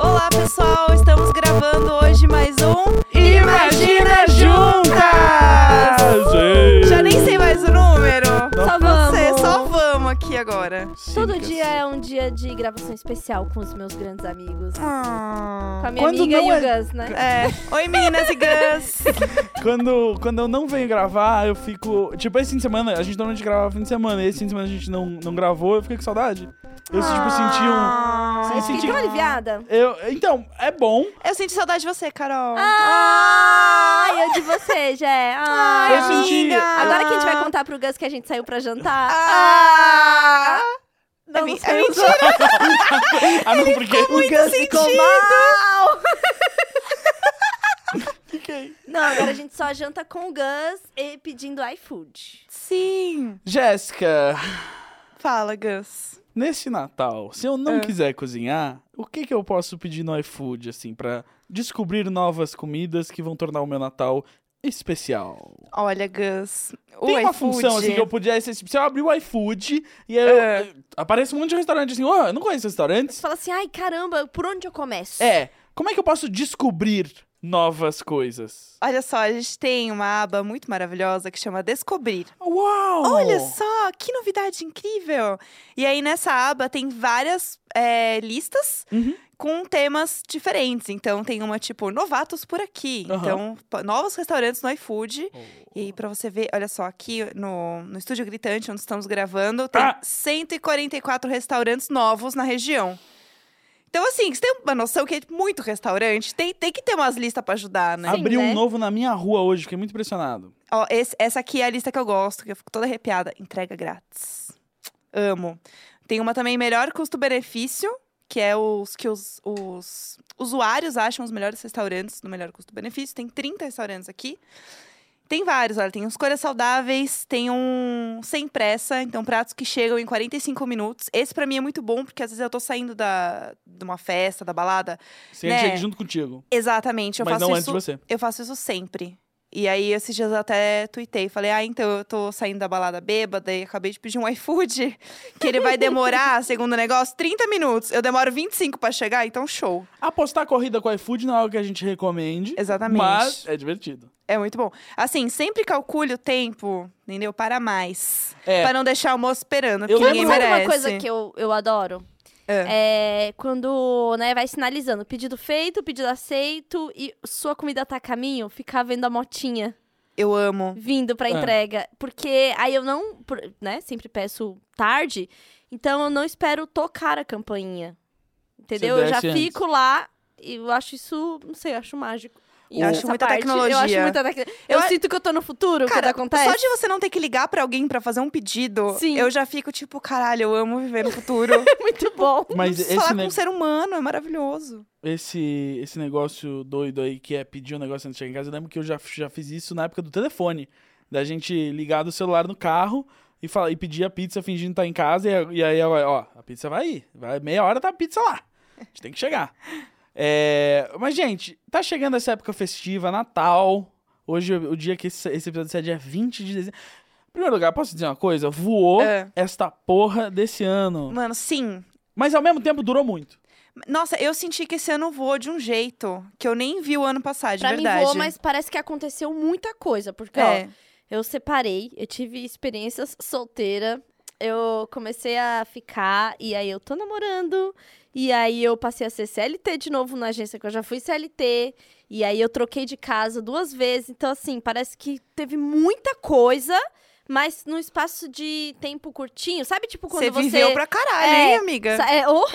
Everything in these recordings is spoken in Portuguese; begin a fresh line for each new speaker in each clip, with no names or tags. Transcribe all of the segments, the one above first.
Olá, pessoal! Estamos gravando hoje mais um
Imagina Juntas!
Já nem sei mais o número.
Só
Não
vamos.
sei, só vamos aqui agora.
Sim,
Todo
que
dia
assim.
é um dia de gravação especial com os meus grandes amigos. Com a minha
Quando
amiga
não
e o
é-
Gus, né?
É. Oi, meninas e gans. é.
Quando, quando eu não venho gravar, eu fico. Tipo, esse fim de semana, a gente normalmente grava fim de semana. Esse fim de semana a gente não, não gravou, eu fiquei com saudade. Eu tipo, senti um.
Ah.
Sim,
Eu
sim.
fiquei tão Então, aliviada.
Eu, então, é bom.
Eu senti saudade de você, Carol. Ah.
Ai, Ah, eu de você, Jé. Ai,
Ah, eu Ah. senti-
amiga.
Agora que a gente vai contar pro Gus que a gente saiu pra jantar.
Ah.
Não,
é, mi- é
não sei.
mentira.
Ah, não, porque.
muito sentido.
Fiquei.
Não, agora a gente só janta com o Gus e pedindo iFood.
Sim.
Jéssica,
Fala, Gus.
nesse Natal, se eu não
Ah.
quiser cozinhar, o que, que eu posso pedir no iFood, assim, pra descobrir novas comidas que vão tornar o meu Natal especial?
Olha, Gus. O
Tem uma
iFood.
função assim que eu podia ser tipo, se eu abrir o iFood e aí eu-
É.
aparece um monte de restaurante assim, ó, eu não conheço
Você
restaurantes.
fala assim, ai caramba, por onde eu começo?
É, como é que eu posso descobrir novas coisas?
Olha só, a gente tem uma aba muito maravilhosa que chama Descobrir.
Uau!
Olha só, que novidade incrível! E aí, nessa aba, tem várias é, listas
Uhum.
com temas diferentes. Então, tem uma tipo novatos por aqui.
Aham.
Então, pa- novos restaurantes no iFood. E aí, pra você ver, olha só, aqui no, no Estúdio Gritante, onde estamos gravando, tem
Ah!
144 restaurantes novos na região. Então, assim, você tem uma noção que é muito restaurante, tem, tem que ter umas listas pra ajudar, né?
Sim,
Abri um
né?
novo na minha rua hoje, fiquei muito impressionado.
Ó, esse- essa aqui é a lista que eu gosto, que eu fico toda arrepiada. Entrega grátis. Amo. Tem uma também melhor custo-benefício, que é os que os, os usuários acham os melhores restaurantes no melhor custo-benefício. Tem 30 restaurantes aqui. Tem vários, olha, tem escolhas saudáveis, tem um sem pressa, então pratos que chegam em 45 minutos. Esse pra mim é muito bom, porque às vezes eu tô saindo da, de uma festa, da balada.
Sim, gente
Né?
chega junto contigo.
Exatamente, eu
mas
faço
não
isso
antes de você.
eu faço isso sempre. E aí, esses dias eu até tuitei. Falei, ah, então eu tô saindo da balada bêbada e acabei de pedir um iFood. Que ele vai demorar, segundo o negócio, 30 minutos. Eu demoro 25 pra chegar, então show.
Apostar corrida com iFood não é algo que a gente recomende.
Exatamente.
Mas é divertido.
É muito bom. Assim, sempre calcule o tempo, entendeu? Para mais.
É.
Pra não deixar o moço esperando, porque
Eu
Sabe,
ninguém
lembro-
sabe
merece.
uma coisa que eu, eu adoro? É. quando né, vai sinalizando pedido feito, pedido aceito e sua comida tá a caminho, ficar vendo a motinha
Eu amo.
vindo pra
É.
entrega. Porque aí eu não, por- né, sempre peço tarde, então eu não espero tocar a campainha. Entendeu?
Você
Eu já
desce antes.
fico lá e eu acho isso, não sei, eu acho mágico. E
Eu
essa
acho muita
parte, Eu acho
tecnologia.
muita tecnologia. Eu,
Eu a-
sinto que tá eu tô no futuro
Cara, é
quando acontece.
Só de você não ter que ligar pra alguém pra fazer um pedido,
Sim.
eu já fico tipo, caralho, eu amo viver no futuro.
É muito bom.
Mas
Preciso
esse,
falar
ne-
com um ser humano, é maravilhoso.
esse, esse negócio doido aí que é pedir um negócio antes de chegar em casa, eu lembro que eu já, já fiz isso na época do telefone. Da gente ligar do celular no carro e, falar, e pedir a pizza fingindo estar em casa. E, a- e aí, ela, ó, a pizza vai aí. Vai, meia hora tá a pizza lá. A gente tem que chegar. É, mas, gente, tá chegando essa época festiva, Natal. Hoje, é o dia que esse, esse episódio sai é dia 20 de dezembro. Em primeiro lugar, posso dizer uma coisa? Voou
É.
esta porra desse ano.
Mano, sim.
Mas ao mesmo tempo durou muito.
Nossa, eu senti que esse ano voou de um jeito que eu nem vi o ano passado, de
Pra
verdade.
mim voou, mas parece que aconteceu muita coisa. Porque, ó,
É.
Eu separei, eu tive experiências solteira. Eu comecei a ficar, e aí eu tô namorando. E aí eu passei a ser CLT de novo na agência, que eu já fui CLT. E aí eu troquei de casa duas vezes. Então, assim, parece que teve muita coisa, mas num espaço de tempo curtinho. Sabe, tipo, quando
Você
você.
viveu pra caralho,
É,
hein, amiga?
Sa- É, oh,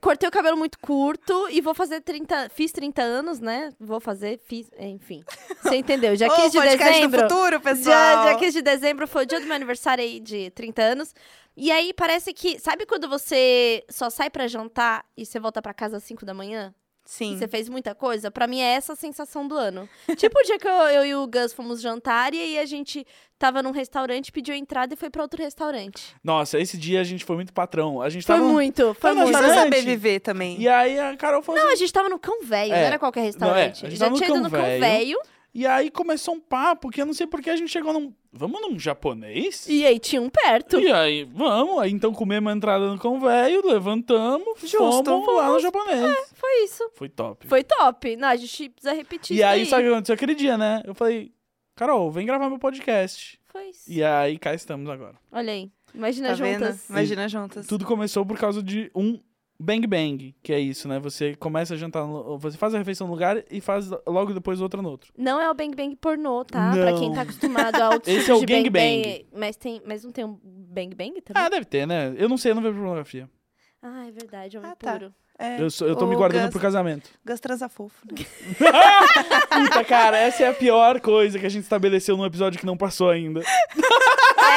Cortei o cabelo muito curto e vou fazer 30. Fiz 30 anos, né? Vou fazer, fiz. Enfim. Você entendeu? Dia
Ô,
15 de
podcast
dezembro.
do futuro,
Dia,
pessoal.
dia 15 de dezembro foi o dia do meu aniversário aí de 30 anos. E aí parece que. Sabe quando você só sai pra jantar e você volta pra casa às 5 da manhã? E
Sim.
você fez muita coisa? Pra mim é essa a sensação do ano. tipo o dia que eu, eu e o Gus fomos jantar e aí a gente tava num restaurante, pediu a entrada e foi pra outro restaurante.
Nossa, esse dia a gente foi muito patrão. A gente
Foi
tava. um-
muito, foi
tava no
muito.
Precisa
Mas
saber
antes-
viver também.
E aí a Carol falou
Não,
assim,
a gente tava no Cão Velho,
É.
não era qualquer restaurante.
Não, é, a gente
já
tava no
tinha ido
Cão
no
Velho.
Cão Velho.
E aí começou um papo que eu não sei porque a gente chegou num Vamos num japonês?
E aí tinha um perto.
E aí, vamos, aí então comemos a entrada no convélio, levantamos,
Justo,
fomos lá no
vamos.
japonês.
Foi isso.
Foi top.
É. Foi top. Não, a gente precisa repetir
e
isso
aí, sabe o que aconteceu aquele dia, né? Eu falei, Carol, vem gravar meu podcast.
Foi isso.
E aí, cá estamos agora.
Olha aí. Imagina
Tá vendo?
juntas.
Imagina juntas.
Tudo começou por causa de um bang bang, que é isso, né? Você começa a jantar, no- você faz a refeição no lugar e faz logo depois outra no outro.
Não é o Bang Bang pornô, tá? Pra quem
Não.
tá acostumado a outros
Esse é o
tipos de
Gang Bang.
Mas, tem, mas não tem um Bang Bang também?
Ah, deve ter, né? Eu não sei, eu não vejo pornografia.
Ah, é verdade, homem
Ah, tá.
puro.
É,
Eu, sou- eu tô
o
me guardando
Gus-
pro casamento.
Gus transa fofo, né?
Puta, cara, essa é a pior coisa que a gente estabeleceu num episódio que não passou ainda.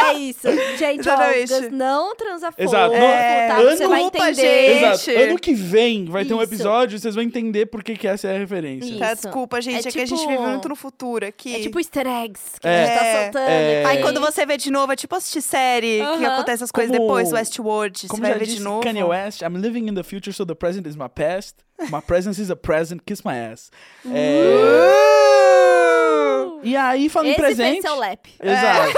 É isso. Gente, ó,
Exatamente.
Gus não transa fofo,
Exato. Não-
tá? Você vai
Desculpa, gente.
entender.
Exato. Ano que vem vai ter um
Isso.
episódio, vocês vão entender por que, que essa é a referência.
Isso.
Tá, desculpa, gente. É, que a gente
tipo-
vive muito no futuro aqui.
É tipo easter eggs que a
É.
gente tá soltando.
É.
aqui.
Aí quando você vê de novo, é tipo assistir série, que
Aham.
acontece as coisas
Como-
depois, Westworld, você
Como
vai
já
ver
disse
de novo.
Kanye West, I'm living in the future, so the present is my past. My presence is a present, kiss my ass. É, Uh! E aí, falando em
Uh. Esse
tá presente...
foi seu lap.
Exato.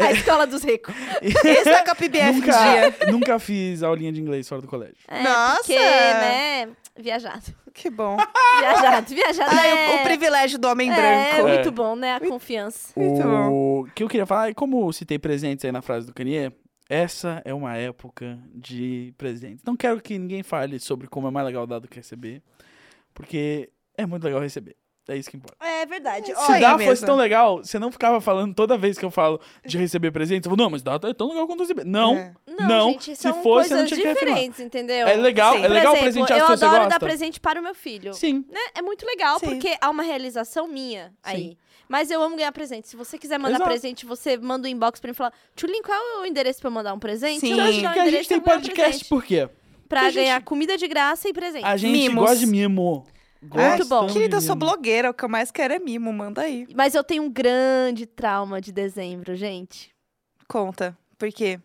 A escola dos ricos.
É.
Esse tá com a PBF um dia.
nunca, nunca fiz aulinha de inglês fora do colégio.
É,
Nossa!
Porque, né? Viajado.
Que bom.
Viajado, viajado.
Ai,
é...
o, o privilégio do homem
É,
branco.
É.
muito bom, né? A confiança.
Muito bom.
O que eu queria falar, é como eu citei presentes aí na frase do Kanye, essa é uma época de presentes. Não quero que ninguém fale sobre como é mais legal dar do que receber, porque é muito legal receber. É isso que importa.
É verdade.
Ó,
Se
aí
dar
mesmo.
fosse tão legal, você não ficava falando toda vez que eu falo de receber presentes. Eu falo, não, mas dá é tão legal quanto receber. Não,
É.
Não,
Não,
gente,
se
são
fosse, eu não
coisas
tinha que afirmar.
diferentes, entendeu?
É legal- é
Por
legal
exemplo,
presentear as
Eu
pessoas que você
adoro dar
gosta.
presente para o meu filho.
sim.
Né? É muito legal,
Sim.
porque há uma realização minha aí. Mas eu amo ganhar presente. Se você quiser mandar
Exato.
presente, você manda um inbox pra mim e fala: Tchulin, qual é o endereço pra eu mandar um presente?
Sim.
Eu
Você
vou te
acha
dar um
que a gente
endereço
tem
pra eu ganhar
podcast
presente.
por quê?
Pra
a gente-
ganhar comida de graça e presente.
A gente
Mimos.
gosta de mimo. Gostamos
bom.
de
Querida, eu sou
mimo.
blogueira, o que eu mais quero é mimo, manda aí.
Mas eu tenho um grande trauma de dezembro, gente.
Conta, por quê?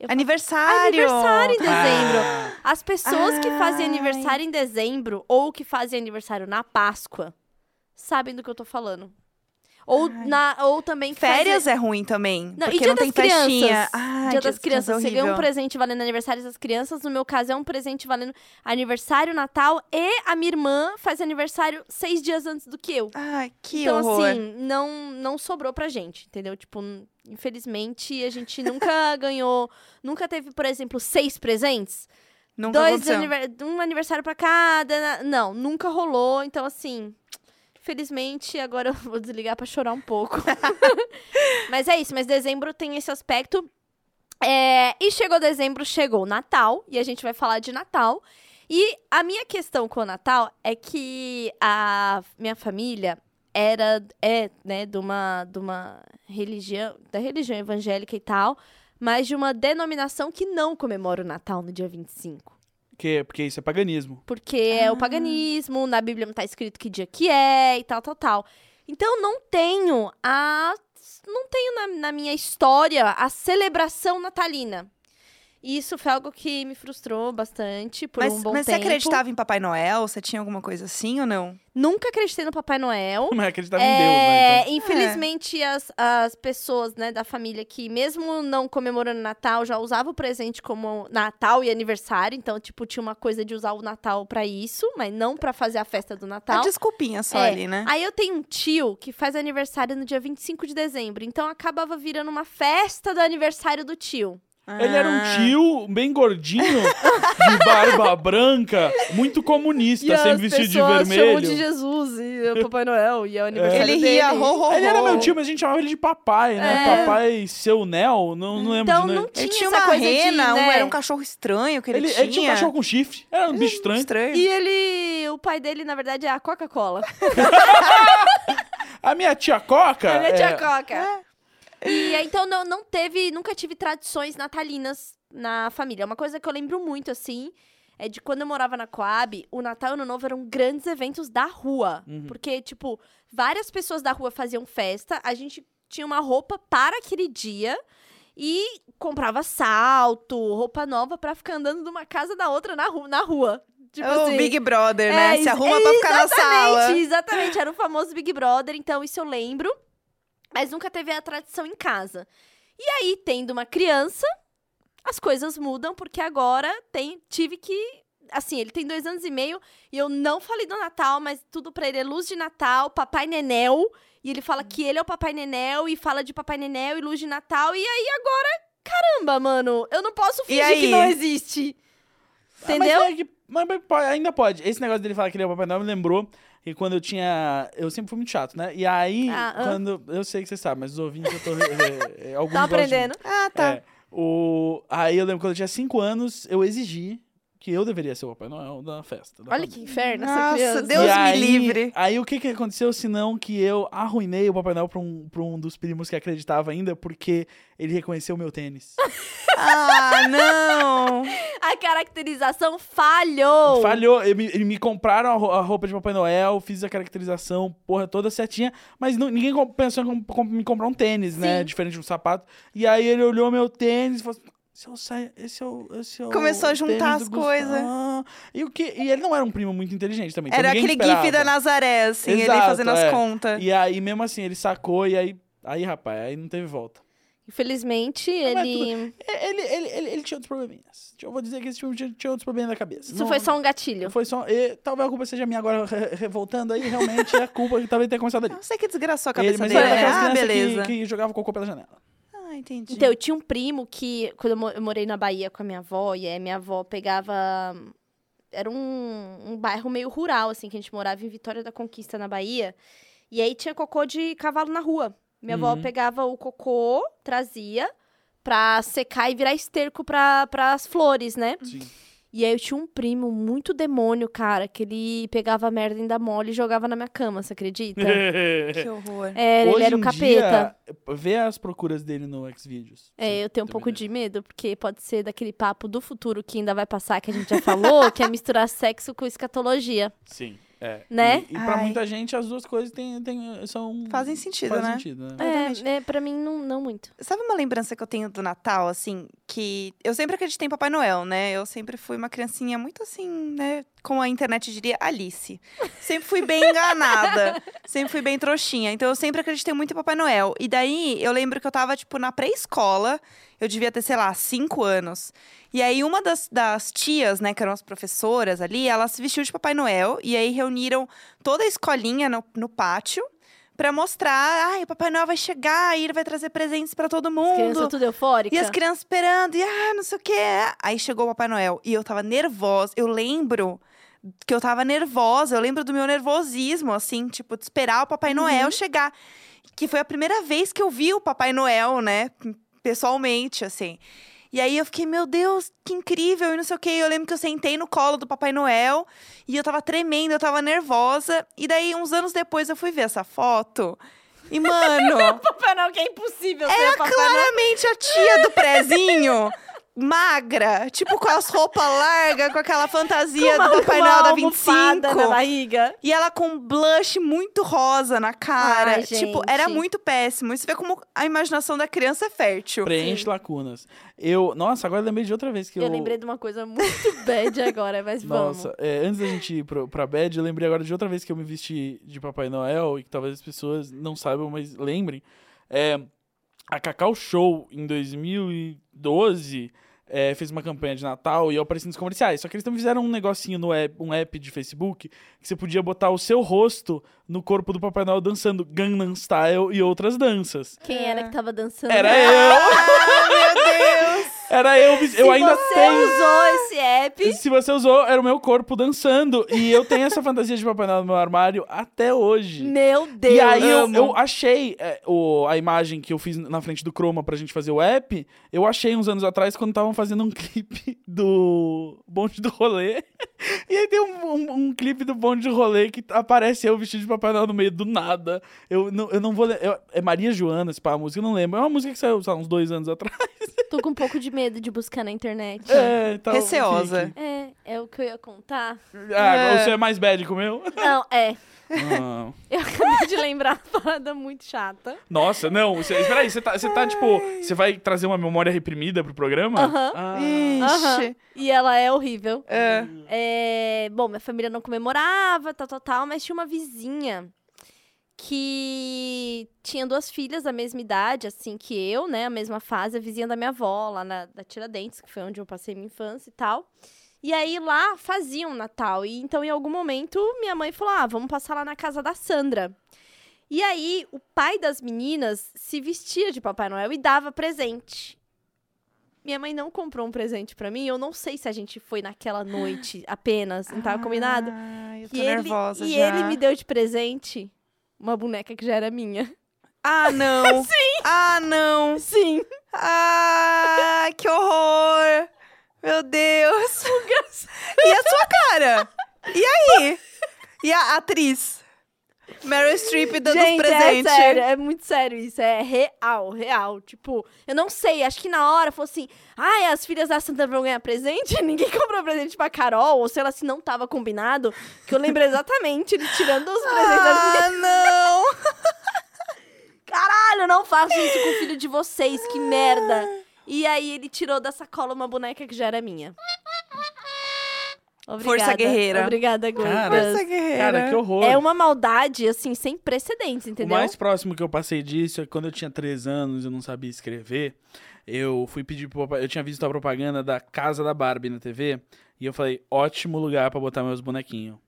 Eu faço-
Aniversário!
Aniversário em dezembro.
Ah.
As pessoas que fazem
Ai.
aniversário em dezembro ou que fazem aniversário na Páscoa sabem do que eu tô falando. Ou, na, ou também que
Férias
fazem-
é ruim também,
Não, e
porque
Dia
não tem
das Crianças?
festinha. Ai,
Dia das
é
Crianças. Você ganha um
horrível.
presente valendo aniversário das crianças. No meu caso, é um presente valendo aniversário, Natal. E a minha irmã faz aniversário seis dias antes do que eu.
Ai, que
então,
horror.
assim, não, não sobrou pra gente, entendeu? Tipo, n- infelizmente, a gente nunca ganhou... Nunca teve, por exemplo, seis presentes.
Nunca
dois
aconteceu.
aniver- um aniversário pra cada. na- Não, nunca rolou. Então, assim, felizmente, agora eu vou desligar pra chorar um pouco. mas é isso, mas dezembro tem esse aspecto. É, e chegou dezembro, chegou o Natal, e a gente vai falar de Natal. E a minha questão com o Natal é que a minha família era, é, né, de uma, de uma religião, da religião evangélica e tal, mas de uma denominação que não comemora o Natal no dia 25.
Que, porque isso é paganismo.
Porque é o
Ah.
paganismo, na Bíblia não tá escrito que dia que é e tal, tal, tal. Então não tenho a. Não tenho na, na minha história a celebração natalina. E isso foi algo que me frustrou bastante por
mas
um bom
mas
tempo.
você acreditava em Papai Noel? Você tinha alguma coisa assim ou não?
Nunca acreditei no Papai Noel.
Mas acreditava é em Deus, né?
É,
Então,
infelizmente, as, as pessoas né, da família que, mesmo não comemorando Natal, já usava o presente como Natal e aniversário. Então, tipo, tinha uma coisa de usar o Natal pra isso, mas não pra fazer a festa do
Tá.
Natal.
desculpinha só
É.
ali, né?
Aí eu tenho um tio que faz aniversário no dia 25 de dezembro. Então, acabava virando uma festa do aniversário do tio.
Ele era um
Ah.
tio bem gordinho, de barba branca, muito comunista, tá sempre vestido de vermelho.
de Jesus e o Papai Noel e é o aniversário
Ele ria, ho, ho, ho.
Ele era meu tio, mas a gente chamava ele de papai, né?
É.
Papai seu Nel, não, não lembro de
Então, não
nome.
Ele
tinha,
tinha
essa
uma
coisa de,
rena, um
né?
era um cachorro estranho que ele,
Ele,
tinha.
ele tinha um cachorro com chifre, era um
Hum.
bicho estranho.
estranho.
E ele... O pai dele, na verdade, é a Coca-Cola.
A minha tia Coca.
A minha
é,
tia Coca. E aí, então não, não teve, nunca tive tradições natalinas na família. É Uma coisa que eu lembro muito, assim, é de quando eu morava na Coab, o Natal e o Ano Novo eram grandes eventos da rua.
Uhum.
Porque, tipo, várias pessoas da rua faziam festa, a gente tinha uma roupa para aquele dia. E comprava salto, roupa nova pra ficar andando de uma casa da outra na rua. Na rua. Tipo
o
um
assim.
Big Brother,
É,
né? Se
isso-
arruma pra ficar na sala.
Exatamente, exatamente. Era o famoso Big Brother, então isso eu lembro. Mas nunca teve a tradição em casa. E aí, tendo uma criança, as coisas mudam, porque agora tem, tive que. Assim, ele tem dois anos e meio e eu não falei do Natal, mas tudo pra ele é luz de Natal, Papai Nenel. E ele fala que ele é o Papai Nenel e fala de Papai Nenel e luz de Natal. E aí agora, caramba, mano, eu não posso fingir que
aí?
não existe.
Ah,
Entendeu?
Mas, é que- mas- mas po- ainda pode. Esse negócio dele falar que ele é o Papai Noel me lembrou que quando eu tinha. Eu sempre fui muito chato, né? E aí,
Ah, ah.
quando. Eu sei que você sabe, mas os ouvintes eu tô. é, é, alguns
Tá
gostam de
aprendendo?
Ah, tá.
É, o... Aí eu lembro quando eu tinha 5 anos, eu exigi que eu deveria ser o Papai Noel da festa. da
Olha
família.
que inferno essa
Nossa,
criança.
Deus
E
me
aí-
livre.
Aí o que que aconteceu, senão que eu arruinei o Papai Noel pra um, pra um dos primos que acreditava ainda, porque ele reconheceu o meu tênis.
Ah, não!
A caracterização falhou.
Falhou, ele me, ele me compraram a ro- a roupa de Papai Noel, fiz a caracterização, porra, toda certinha, mas não- ninguém com- pensou em com- com- me comprar um tênis, né?
Sim.
Diferente de um sapato. E aí ele olhou meu tênis e falou assim. "Esse é o sai- esse é o- esse é o
Começou a juntar
tênis do
as coisas.
Gustavo." E, o que, e ele não era um primo muito inteligente também. então
Era
ninguém
aquele
esperava.
gif da Nazaré, assim, ele
Exato,
fazendo
é.
as contas.
E aí, mesmo assim, ele sacou e aí. Aí, rapaz, aí não teve volta.
Infelizmente,
mas
ele.
E- Ele, ele, ele, ele tinha outros probleminhas. Eu vou dizer que esse filme tinha, tinha outros problemas na cabeça.
Isso
Não-
foi só um gatilho.
Foi só. e talvez a culpa seja minha agora re- revoltando aí, realmente é a culpa de talvez ter começado ali.
Não sei que desgraçou a
Ele,
cabeça
mas
dele.
ele era
né?
daquelas
Ah,
crianças
beleza.
Que, que jogava cocô pela janela.
Ah, entendi.
Então, eu tinha um primo que, quando eu mo- eu morei na Bahia com a minha avó, e aí minha avó pegava. Era um, um bairro meio rural, assim, que a gente morava em Vitória da Conquista, na Bahia. E aí tinha cocô de cavalo na rua. Minha avó
Uhum.
pegava o cocô, trazia pra secar e virar esterco pra, pras flores, né?
Sim.
E aí eu tinha um primo muito demônio, cara, que ele pegava a merda ainda mole e jogava na minha cama, você acredita?
Que horror.
Tá. Era, ele
Hoje
era o
em
capeta.
Dia, vê as procuras dele no Xvideos.
É, eu tenho um
também
pouco
deve.
de medo, porque pode ser daquele papo do futuro que ainda vai passar, que a gente já falou, que é misturar sexo com escatologia.
Sim. É.
Né?
E, e pra
Ai.
muita gente, as duas coisas têm têm- são.
Fazem sentido,
faz
né?
sentido, né?
Exatamente.
É, é, pra mim, não, não muito.
Sabe uma lembrança que eu tenho do Natal, assim, que eu sempre acreditei em Papai Noel, né? Eu sempre fui uma criancinha muito assim, né? Como a internet diria, Alice. Sempre fui bem enganada. sempre fui bem trouxinha. Então eu sempre acreditei muito em Papai Noel. E daí eu lembro que eu tava, tipo, na pré-escola. Eu devia ter, sei lá, cinco anos. E aí uma das, das tias, né, que eram as professoras ali, ela se vestiu de Papai Noel. E aí reuniram toda a escolinha no, no pátio. Pra mostrar, ai, o Papai Noel vai chegar e ele vai trazer presentes pra todo
As crianças
mundo.
tudo eufórica.
E as crianças esperando, e ah, não sei o quê. Aí chegou o Papai Noel e eu tava nervosa. Eu lembro que eu tava nervosa, eu lembro do meu nervosismo, assim, tipo, de esperar o Papai Noel chegar. Que foi a primeira vez que eu vi o Papai Noel, né, pessoalmente, assim. E aí eu fiquei, meu Deus, que incrível, e não sei o quê. Eu lembro que eu sentei no colo do Papai Noel e eu tava tremendo, eu tava nervosa. E daí, uns anos depois, eu fui ver essa foto. E, mano.
Papai Noel, que é impossível ser o Papai Noel.
Claramente a tia do prezinho. Magra, tipo com as roupas largas, com aquela fantasia
Uma-
do Papai
uma
Noel da
almofada né?
25.
na barriga.
E ela com um blush muito rosa na cara.
Ai,
tipo, era
gente.
muito péssimo. Isso vê como a imaginação da criança é fértil.
Preenche lacunas. Eu. Nossa, agora eu lembrei de outra vez que
Eu...
eu.
lembrei de uma coisa muito bad agora, mas vamos.
Nossa, é, antes da gente ir pro, pra Bad, eu lembrei agora de outra vez que eu me vesti de Papai Noel e que talvez as pessoas não saibam, mas lembrem. É, a Cacau Show, em 2012, é, fez uma campanha de Natal e eu apareci nos comerciais. Só que eles também fizeram um negocinho no app, um app de Facebook que você podia botar o seu rosto no corpo do Papai Noel dançando Gangnam Style e outras danças.
Quem era que tava dançando?
Era eu!
Ah, meu Deus!
Era eu!
Se
Eu ainda
você
tenho
usou esse app,
Se você usou, era o meu corpo dançando. E eu tenho essa fantasia de Papai Noel no meu armário até hoje.
meu Deus.
e aí eu,
amo.
eu achei é, o, a imagem que eu fiz na frente do Chroma pra gente fazer o app. Eu achei uns anos atrás quando estavam fazendo um clipe do Bonde do Rolê. E aí tem um, um- um clipe do Bonde do Rolê que aparece eu vestido de Papai Noel no meio do nada. Eu não, eu não vou. le- eu- é Maria Joana, se pá, a música, eu não lembro. É uma música que saiu, sei lá, uns dois anos atrás.
Tô com um pouco de medo de buscar na internet.
É, tal,
Receosa.
fique.
É, é o que eu ia contar.
Ah,
É.
o seu é mais bad que o meu?
Não, é.
Ah.
Eu acabei de lembrar uma parada muito chata.
Nossa, não. Cê, peraí, você tá, você tá tipo. Você vai trazer uma memória reprimida pro programa?
Aham.
Ah.
Ixi.
E ela é horrível.
É.
É, bom, minha família não comemorava, tal, tal, tal, mas tinha uma vizinha que tinha duas filhas da mesma idade, assim que eu, né? A mesma fase, a vizinha da minha avó, lá na, da Tiradentes, que foi onde eu passei minha infância e tal. E aí lá faziam Natal. E então, em algum momento, minha mãe falou: ah, vamos passar lá na casa da Sandra. E aí, o pai das meninas se vestia de Papai Noel e dava presente. Minha mãe não comprou um presente pra mim. Eu não sei se a gente foi naquela noite apenas, não tava combinado.
Ai, eu tô
E ele-
nervosa
e
já.
ele me deu de presente uma boneca que já era minha.
Ah, não! Sim! Ah, não!
Sim.
Ah, que horror! Meu Deus! E a sua cara? E aí? E a atriz? Meryl Streep dando os
Gente,
presentes.
é sério, é muito sério isso. É real, real. Tipo, eu não sei, acho que na hora foi assim, ai, as filhas da Santa vão ganhar presente? Ninguém comprou presente pra Carol, ou sei lá, se não tava combinado, que eu lembro exatamente ele tirando os presentes das meninas.
ah, não!
Caralho, não façam isso com o filho de vocês, que merda. E aí ele tirou da sacola uma boneca que já era minha. Obrigada.
Força guerreira.
Obrigada,
Força
Gordas.
guerreira.
Cara, que horror.
É uma maldade, assim, sem precedentes,
O
entendeu?
mais próximo que eu passei disso é quando eu tinha três anos, eu não sabia escrever. Eu fui pedir pro papai. Eu tinha visto a propaganda da casa da Barbie na TV. E eu falei, ótimo lugar pra botar meus bonequinhos.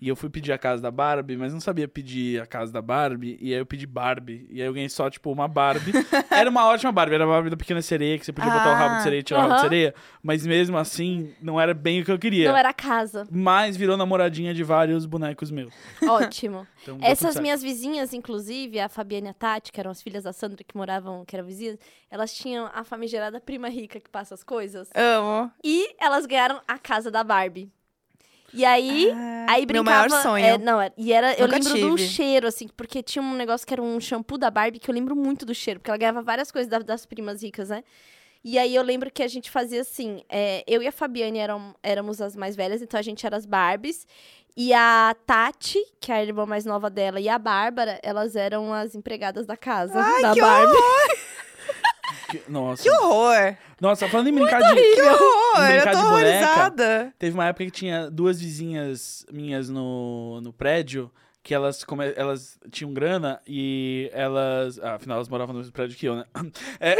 E eu fui pedir a casa da Barbie, mas não sabia pedir a casa da Barbie. E aí eu pedi Barbie. E aí eu ganhei só, tipo, uma Barbie. Era uma ótima Barbie, era a Barbie da pequena sereia, que você podia botar o rabo
Ah,
de sereia e tirar o rabo de
aham.
sereia. Mas mesmo assim, não era bem o que eu queria.
Não é- era casa.
Mas virou namoradinha de vários bonecos meus.
Ótimo.
Então, deu tudo
Essas
certo.
minhas vizinhas, inclusive, a Fabiana e a Tati, que eram as filhas da Sandra que moravam, que eram vizinhas, elas tinham a famigerada prima rica que passa as coisas.
É.
Amo.
E elas ganharam a casa da Barbie. E aí,
Ah,
aí
meu
brincava.
maior sonho.
é, não, era- e era, eu
Nunca
lembro do
tive.
cheiro, assim, porque tinha um negócio que era um shampoo da Barbie que eu lembro muito do cheiro, porque ela ganhava várias coisas da- das primas ricas, né? E aí eu lembro que a gente fazia assim, é, eu e a Fabiane eram, éramos as mais velhas, então a gente era as Barbies. E a Tati, que é a irmã mais nova dela, e a Bárbara, elas eram as empregadas da casa da
que
Barbie.
Que- Nossa.
Que horror!
Nossa, falando em brincar de.
Que horror! Eu
Brincar
tô
de boneca.
horrorizada.
Teve uma época que tinha duas vizinhas minhas no, no prédio que elas, come- elas tinham grana e elas. Ah, afinal, elas moravam no mesmo prédio que eu, né? É,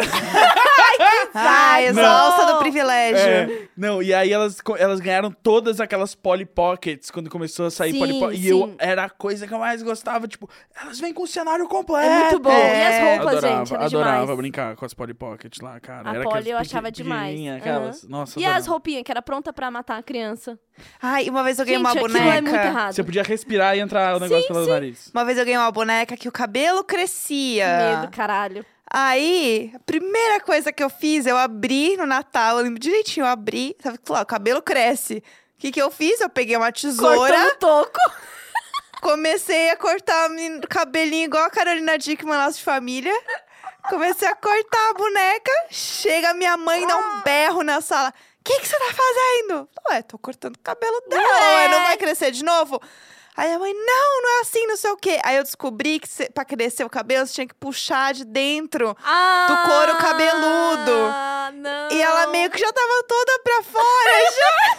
Ai,
Não.
exausta do privilégio.
é, não, e aí elas, co- elas ganharam todas aquelas Polly Pockets quando começou a sair
Sim,
Polly Pockets.
sim.
E eu era a coisa que eu mais gostava. Tipo, elas vêm com o cenário completo.
É muito bom.
é.
E as roupas,
Adorava,
gente, era
adorava
demais.
brincar com as Polly Pockets lá, cara.
A
era
Polly
aquelas
eu achava
pequ-
demais.
pequenininha,
Aham.
Aquelas. Nossa,
E as
adorava.
roupinhas que era pronta pra matar a criança.
Ai, uma vez eu ganhei
Gente,
uma
aquilo
boneca.
é muito errado.
Você podia respirar e entrar o negócio pelo nariz.
Uma vez eu ganhei uma boneca que o cabelo
Que
crescia.
medo, caralho.
Aí, a primeira coisa que eu fiz, eu abri no Natal, eu lembro direitinho, eu abri, sabe, lá, o cabelo cresce. O que, que eu fiz? Eu peguei uma tesoura,
Cortando o toco.
comecei a cortar o men- o cabelinho igual a Carolina Dickman, laço de família. Comecei a cortar a boneca. Chega minha mãe, dá um berro na sala. O que, que você tá fazendo? Ué, tô cortando o cabelo dela, ué, não vai crescer de novo? Aí a mãe, não, não é assim, não sei o quê. Aí eu descobri que cê, pra crescer o cabelo, você tinha que puxar de dentro.
Ah,
Do couro cabeludo.
Ah, não.
E ela meio que já tava toda pra fora, já.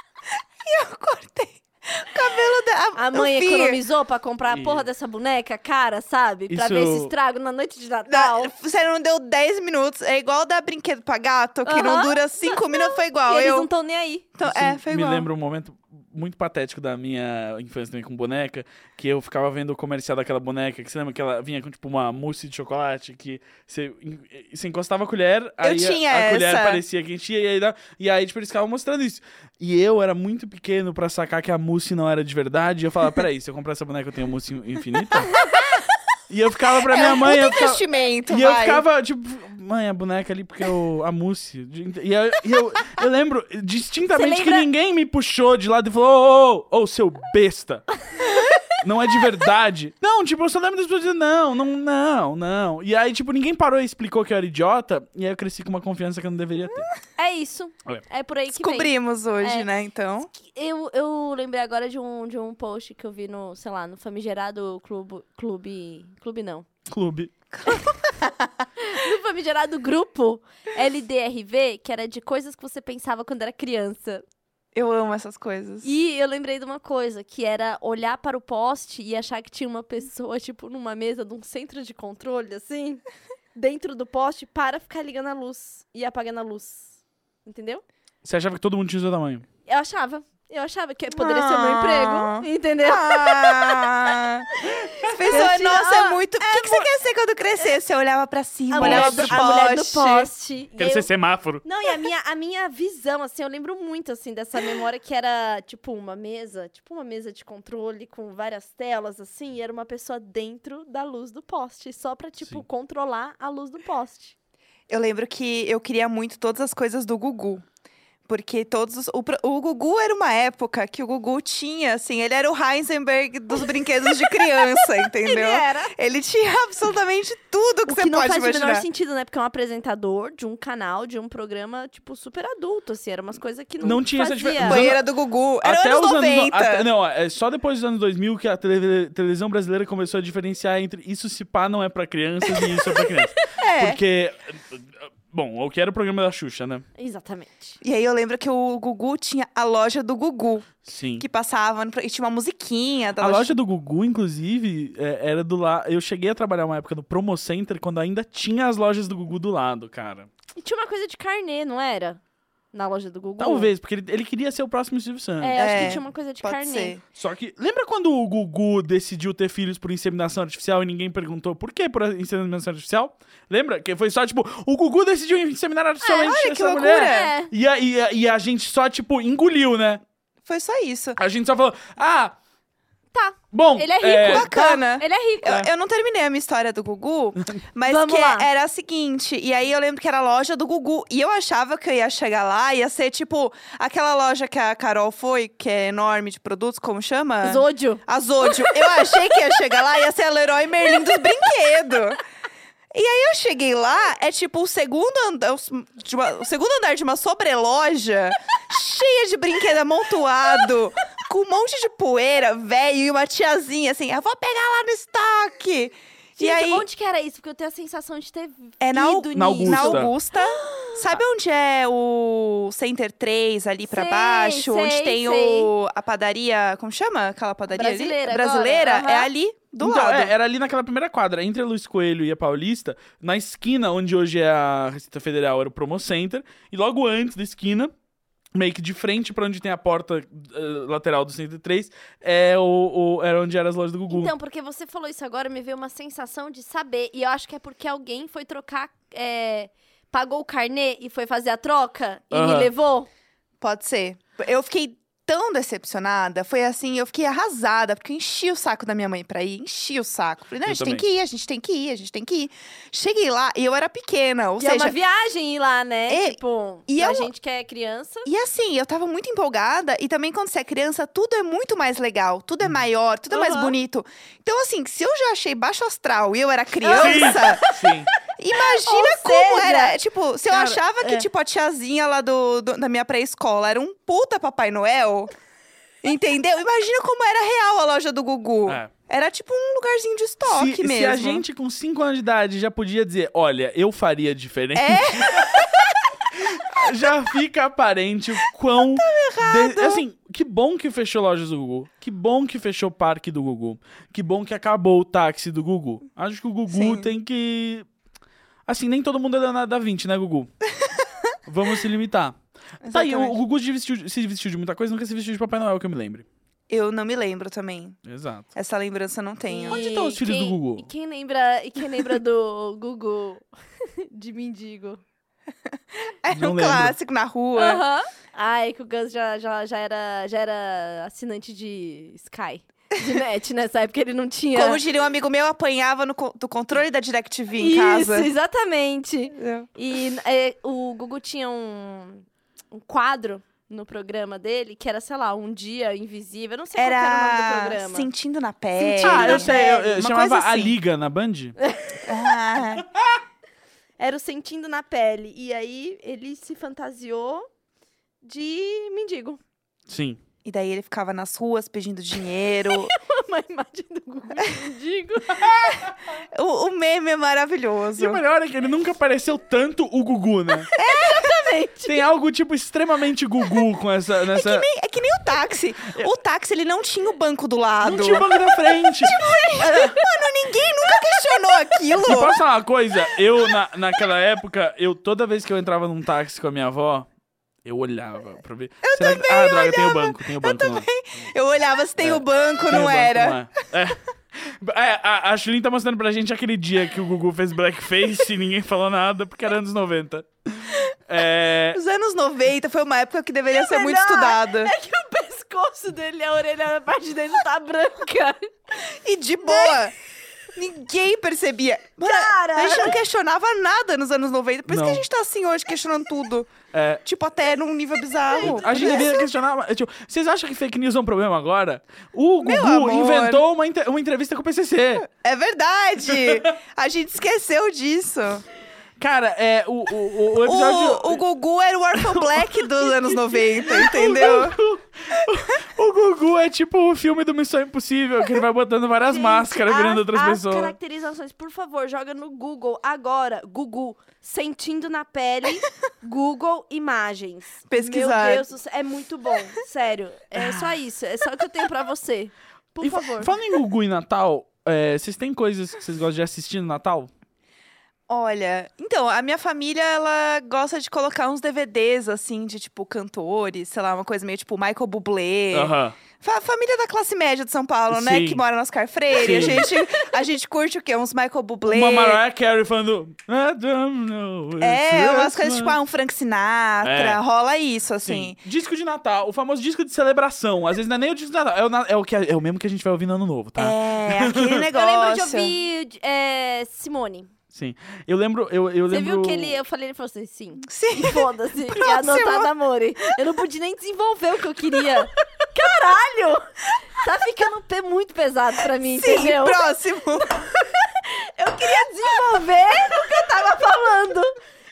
e eu cortei o cabelo dela.
A mãe
Eu vi.
economizou pra comprar a
E-
porra dessa boneca, cara, sabe? Pra
Isso-
ver esse estrago na noite de
Da,
Natal.
sério, não deu 10 minutos. É igual dar brinquedo pra gato, que não
Aham.
dura 5 minutos, foi
E
igual.
eles
Eu,
não tão nem aí.
então,
Isso
é, foi
me
igual.
lembra um momento muito patético da minha infância também com boneca, que eu ficava vendo o comercial daquela boneca, que você lembra que ela vinha com tipo uma mousse de chocolate, que você, en- eh, você encostava a colher, aí a-
tinha
a, colher
essa.
parecia que enchia, e aí, dá- e aí tipo, eles ficavam mostrando isso. E eu era muito pequeno pra sacar que a mousse não era de verdade, e eu falava, peraí, se eu comprar essa boneca eu tenho mousse infinita? e eu ficava pra minha
é um
mãe...
puta
eu ficava-
investimento,
e
vai.
eu ficava, tipo, mãe, a boneca ali, porque eu. A mousse. E eu, e eu, eu lembro distintamente
Você
que
lembra-
ninguém me puxou de lado e falou: ô, ô, ô, ô, seu besta. Não é de verdade. Não, tipo, eu só lembro das pessoas dizendo, não, não, não, não. E aí, tipo, ninguém parou e explicou que eu era idiota. E aí eu cresci com uma confiança que eu não deveria ter.
É isso. É por aí que vem.
Descobrimos hoje,
É.
né, então.
Eu, eu lembrei agora de um, de um post que eu vi no, sei lá, no famigerado clube... Clube... Clube não.
Clube.
No famigerado grupo LDRV, que era de coisas que você pensava quando era criança.
Eu amo essas coisas.
E eu lembrei de uma coisa, que era olhar para o poste e achar que tinha uma pessoa, tipo, numa mesa de um centro de controle, assim, dentro do poste, para ficar ligando a luz e apagando a luz. Entendeu?
Você achava que todo mundo tinha o seu tamanho?
Eu achava. Eu achava que poderia ser o meu
Ah.
emprego, entendeu?
Ah! As pessoas,
Eu tinha-
nossa,
ah,
é muito. O que, que você quer ser quando crescer? Você olhava pra cima,
A
olhava
mulher,
pro
do, a mulher do
poste.
poste. E
Quero
eu-
ser semáforo.
Não, e a minha, a minha visão, assim, eu lembro muito, assim, dessa memória que era, tipo, uma mesa, tipo uma mesa de controle com várias telas, assim, e era uma pessoa dentro da luz do poste, só pra, tipo,
Sim.
controlar a luz do poste.
Eu lembro que eu queria muito todas as coisas do Gugu. Porque todos os. O, pro- o Gugu era uma época que o Gugu tinha, assim, ele era o Heisenberg dos brinquedos de criança, entendeu?
era.
Ele tinha absolutamente tudo que
é. O
você
que não
pode
faz o
imaginar.
menor sentido, né? Porque é um apresentador de um canal, de um programa, tipo, super adulto, assim, era umas coisas que não
Não tinha essa
fazia.
difer- Os
Banheira do Gugu. Era até anos
os
90.
até- não, é só depois dos anos 2000 que a tele- televisão brasileira começou a diferenciar entre isso se pá não é pra crianças e isso é pra criança.
É.
Porque, bom, o que era o programa da Xuxa, né?
Exatamente.
E aí eu lembro que o Gugu tinha a loja do Gugu,
Sim.
que passava no- e tinha uma musiquinha da
A loja do Gugu, inclusive, é, era do lado. Eu cheguei a trabalhar uma época no Promo Center quando ainda tinha as lojas do Gugu do lado, cara.
E tinha uma coisa de carnê, não era? Na loja do Google.
Talvez, né? porque ele, ele queria ser o próximo Silvio Santos.
É, acho
É,
que tinha uma coisa de
Pode
carnê.
ser.
Só que. Lembra quando o Gugu decidiu ter filhos por inseminação artificial e ninguém perguntou por que por inseminação artificial? Lembra? Que foi só tipo, o Gugu decidiu inseminar artificialmente
olha que
essa
loucura.
mulher.
É.
E a, e, a, e a gente só, tipo, engoliu, né?
Foi só isso.
A gente só falou, ah.
Tá.
Bom.
Ele é rico.
Bacana.
Ele é rico.
Eu, eu não terminei a minha história do Gugu, mas
Vamos
que é,
lá.
era a seguinte. E aí eu lembro que era a loja do Gugu. E eu achava que eu ia chegar lá, ia ser tipo aquela loja que a Carol foi, que é enorme de produtos, como chama?
Zódio.
Azódio. Eu achei que ia chegar lá, ia ser a Leroy Merlin dos brinquedos. E aí eu cheguei lá, é tipo o segundo andar, de uma- o segundo andar de uma sobreloja cheia de brinquedo amontoado, com um monte de poeira, velho, e uma tiazinha assim, eu vou pegar lá no estoque.
Gente, um
e aí
onde que era isso? Porque eu tenho a sensação de ter
é na, Au-
ido
Na
nisso.
na Augusta.
Augusta.
Sabe onde é o Center 3 ali pra
Sei,
baixo?
sei,
onde tem o, a padaria. Como chama aquela padaria
Brasileira
ali?
agora,
Brasileira? É
aham.
ali do
então,
lado.
é, era ali naquela primeira quadra, entre a Luiz Coelho e a Paulista, na esquina onde hoje é a Receita Federal, era o Promo Center, e logo antes da esquina, meio que de frente pra onde tem a porta eh, lateral do 103, é o, o- era onde eram as lojas do Gugu.
Então, porque você falou isso agora, me veio uma sensação de saber. E eu acho que é porque alguém foi trocar. é, pagou o carnê e foi fazer a troca e me
Aham.
levou.
Pode ser. Eu fiquei tão decepcionada, foi assim, eu fiquei arrasada, porque eu enchi o saco da minha mãe pra ir, enchi o saco. Falei, não,
Eu
a gente tem
também.
que ir, a gente tem que ir, a gente tem que ir. Cheguei lá e eu era pequena, ou
e
seja,
é uma viagem ir lá, né?
É,
tipo,
e
pra
é um-
gente que é criança.
E assim, eu tava muito empolgada. E também quando você é criança, tudo é muito mais legal. Tudo é maior, tudo é mais
Uhum. Aham.
bonito. Então assim, se eu já achei baixo astral e eu era criança,
Sim.
imagina
Ou
como
seja,
era. Tipo, se eu
cara,
achava que
é.
tipo a tiazinha lá do, do- da minha pré-escola era um puta Papai Noel... Entendeu? Imagina como era real a loja do Gugu.
É.
Era tipo um lugarzinho de estoque
se,
mesmo.
se a gente com 5 anos de idade já podia dizer, olha, eu faria diferente.
É?
já fica aparente o quão.
Tá
de- Assim, que bom que fechou lojas do Gugu. Que bom que fechou o parque do Gugu. Que bom que acabou o táxi do Gugu. Acho que o Gugu
Sim.
tem que. Assim, nem todo mundo é danado da 20, né, Gugu? Vamos se limitar. Tá aí, o
Exatamente.
Gugu se vestiu, de- se vestiu de muita coisa, nunca se vestiu de Papai Noel, que eu me lembre.
Eu não me lembro também.
Exato.
Essa lembrança eu não tenho.
Onde estão os filhos do
quem-
Gugu?
E quem lembra, e quem lembra do Gugu de mendigo?
Era
não
um
lembro.
clássico na rua.
Aham. Ah, é que o Gus já, já, já, era, já era assinante de Sky. De net, nessa época ele não tinha.
Como diria um amigo meu, apanhava no co- do controle da DirecTV em
Isso, Tipo,
casa.
exatamente.
Eu-
E é, o Gugu tinha um, um quadro no programa dele que era, sei lá, um dia invisível. Eu não sei qual que era o nome do
Era
programa.
sentindo na pele.
Sentindo
Ah,
na
eu sei, eu, eu
É, Uma
chamava
coisa
A
assim.
Liga na Band?
Ah,
Era o sentindo na pele. E aí ele se fantasiou de mendigo.
Sim.
E daí ele ficava nas ruas pedindo dinheiro.
Uma imagem do Gugu mendigo.
o, o meme é maravilhoso.
E
Tipo,
o melhor é que ele nunca apareceu tanto o Gugu, né?
É,
Exatamente. Tem algo, tipo, extremamente Gugu com essa. Nessa...
Nem- É que nem o táxi. O táxi, ele não tinha o banco do lado.
Não tinha o banco da frente.
Tipo. Mano, ninguém nunca questionou
E
Tipo,
aquilo.
posso falar uma coisa? Eu, na, naquela época, eu toda vez que eu entrava num táxi com a minha avó, eu olhava pra ver. Eu Será que... Ah, droga, tem o banco, tem o banco. lá.
Eu olhava se tem
É,
o banco,
Tem o
não
banco,
era.
não é. É. É, a, a Chulin tá mostrando pra gente aquele dia que o Gugu fez blackface e ninguém falou nada, porque era anos 90. É,
Os anos 90 foi uma época que deveria ser muito
melhor
estudada.
É que o pescoço dele, a orelha, a parte dele tá branca.
E de boa. Ninguém percebia. Mano,
Cara!
A gente
É.
não questionava nada nos anos 90. Por isso que
Não.
a gente tá assim hoje, questionando tudo.
É.
Tipo, até num nível bizarro.
A gente deveria questionar. mas, Tipo, vocês acham que fake news é um problema agora? O
Meu
Gugu
amor.
inventou uma, inter- uma entrevista com o PCC.
É verdade. A gente esqueceu disso.
Cara, é, o, o, o- o episódio.
O, o Gugu era o Orphan Black dos anos 90, entendeu?
O Gugu é tipo o filme do Missão Impossível, que ele vai botando várias
Gente,
máscaras virando
as-
outras
as
pessoas.
é
caracterizações, por favor, joga no Google agora. Google, sentindo na pele, Google imagens.
Pesquisar.
Meu Deus, do céu, é muito bom, sério. É só isso, é só o que eu tenho pra você. Por
Ah. E fa-
favor.
Falando em Gugu e Natal, é, vocês têm coisas que vocês gostam de assistir no Natal?
Olha, então, a minha família, ela gosta de colocar uns DVDs, assim, de, tipo, cantores, sei lá, uma coisa meio tipo Michael Bublé.
Aham.
Fa- família da classe média de São Paulo,
Sim.
né? Que mora no Oscar Freire. A
Sim.
gente, a gente curte o quê? Uns Michael Bublé.
Uma Mariah Carey falando. I don't know. it's
É, umas coisas
Christmas."
tipo, ah, um Frank Sinatra.
É.
Rola isso, assim.
Disco de Natal, o famoso disco de celebração. Às vezes não é nem o disco de Natal, é o, na- é o que, é o mesmo que a gente vai ouvir no ano novo, tá?
É, aquele
Ah. Eu
negócio.
lembro de ouvir é, Simone.
Sim. Eu lembro. Eu, eu
Você
lembro...
viu que ele, eu falei, ele falou assim, sim.
Sim.
Foda-se, é
Próximo.
anotado amore. Eu não pude nem desenvolver o que eu queria. Caralho! Tá ficando um pé muito pesado pra mim,
Sim,
entendeu?
próximo.
Eu queria desenvolver o que eu tava falando.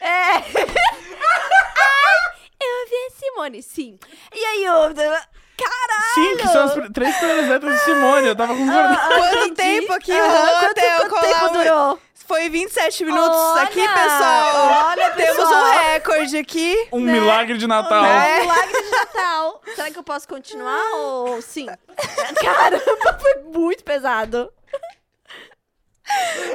É. Ai, eu ouvi a Simone, sim. E aí, eu... Caralho!
Sim, que são as pr- três primeiras letras de Simone. Eu tava
Ah,
concordando.
Quanto
entendi.
tempo aqui
Aham,
rolou
quanto-
até eu
quanto
colar
tempo
um-
durou?
Foi 27 minutos
Olha!
aqui, pessoal.
Olha,
Temos
pessoal.
um recorde aqui.
Um milagre de Natal.
Né?
É. Milagre de Natal. Será que eu posso continuar ou sim? Caramba, foi muito pesado.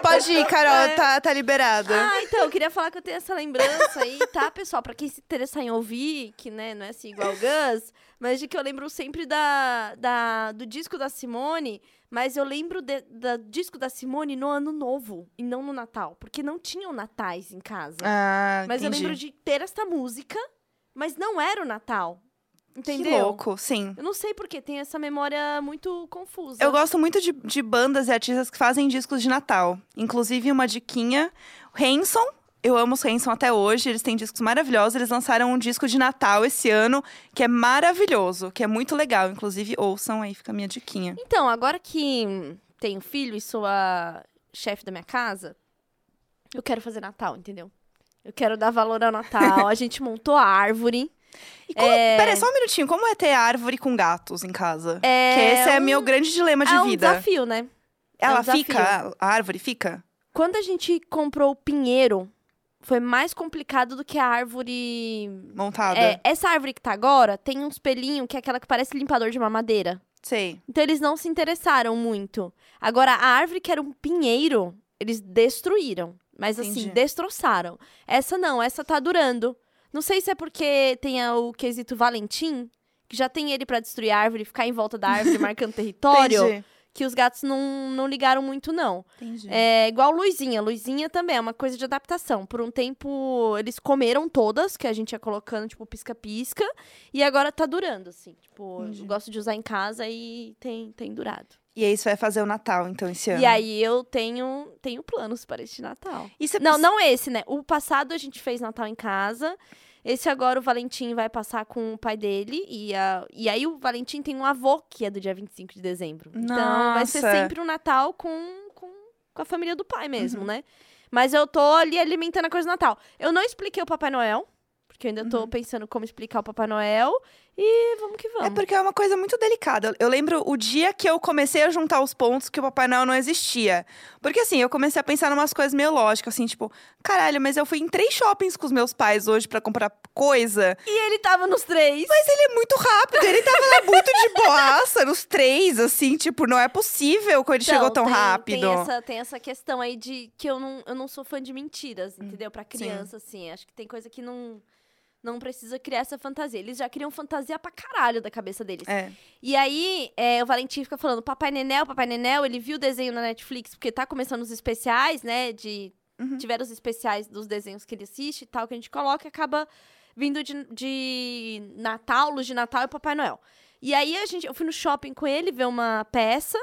Pode ir,
É.
Carol, tá, tá liberada.
Ah, então, eu queria falar que eu tenho essa lembrança aí, tá, pessoal? Pra quem se interessar em ouvir, que, né, não é assim igual o Gus, mas de que eu lembro sempre da, da- do disco da Simone, mas eu lembro de- da- do disco da Simone no Ano Novo e não no Natal, porque não tinham natais em casa.
Ah,
mas eu
entendi.
lembro de ter esta música, mas não era o Natal. Entendeu?
Que louco, sim.
Eu não sei porque tem essa memória muito confusa.
Eu gosto muito de, de bandas e artistas que fazem discos de Natal. Inclusive, uma diquinha. Hanson. Eu amo os Hanson até hoje. Eles têm discos maravilhosos. Eles lançaram um disco de Natal esse ano, que é maravilhoso, que é muito legal. Inclusive, ouçam aí, fica a minha diquinha.
Então, agora que hum, tenho filho e sou a chefe da minha casa, eu quero fazer Natal, entendeu? Eu quero dar valor ao Natal. a gente montou a árvore.
E como, Peraí, só um minutinho. Como é ter árvore com gatos em casa?
É
que esse é
um-
meu grande dilema de
é um
vida.
desafio, né?
Ela
é um desafio.
fica? A árvore fica?
Quando a gente comprou o pinheiro, foi mais complicado do que a árvore.
Montada?
É, essa árvore que tá agora tem uns pelinhos que é aquela que parece limpador de mamadeira.
Sei.
Então eles não se interessaram muito. Agora, a árvore que era um pinheiro, eles destruíram. Mas assim,
Entendi.
destroçaram. Essa não, essa tá durando. Não sei se é porque tem a- o quesito Valentim, que já tem ele pra destruir a árvore, ficar em volta da árvore marcando território,
Entendi.
que os gatos não, não ligaram muito, não.
Entendi.
É igual Luizinha. Luizinha também é uma coisa de adaptação. Por um tempo, eles comeram todas, que a gente ia colocando, tipo, pisca-pisca. E agora tá durando, assim. Tipo,
Entendi.
eu gosto de usar em casa e tem, tem durado.
E aí, você vai fazer o Natal, então, esse ano?
E aí eu tenho, tenho planos para este Natal.
E você
Não, não esse, né? O passado a gente fez Natal em casa. Esse agora o Valentim vai passar com o pai dele. E, a- e aí o Valentim tem um avô que é do dia 25 de dezembro. Então vai ser
Nossa.
sempre um Natal com, com, com a família do pai mesmo, né? Mas eu tô ali Uhum. alimentando a coisa do Natal. Eu não expliquei o Papai Noel. Porque eu ainda tô pensando como explicar o Papai Noel. E vamos que vamos.
É porque é uma coisa muito delicada. Eu lembro o dia que eu comecei a juntar os pontos que o Papai Noel não existia. Porque assim, eu comecei a pensar em umas coisas meio lógicas, assim, tipo, caralho, mas eu fui em três shoppings com os meus pais hoje pra comprar coisa.
E ele tava nos três.
Mas ele é muito rápido, ele tava lá muito de boaça nos três, assim, tipo, não é possível que ele
Então,
chegou tão
tem-
rápido.
Tem essa, tem essa questão aí de que eu não, eu não sou fã de mentiras,
Hum,
entendeu? Pra criança, assim. Acho que tem coisa que não. Não precisa criar essa fantasia. Eles já criam fantasia pra caralho da cabeça deles.
É.
E aí, é, o Valentim fica falando, Papai Nenel, Papai Nenel, ele viu o desenho na Netflix, porque tá começando os especiais, né, de...
Uhum.
Tiveram os especiais dos desenhos que ele assiste e tal, que a gente coloca e acaba vindo de, de Natal, luz de Natal e Papai Noel. E aí, a gente, eu fui no shopping com ele ver uma peça,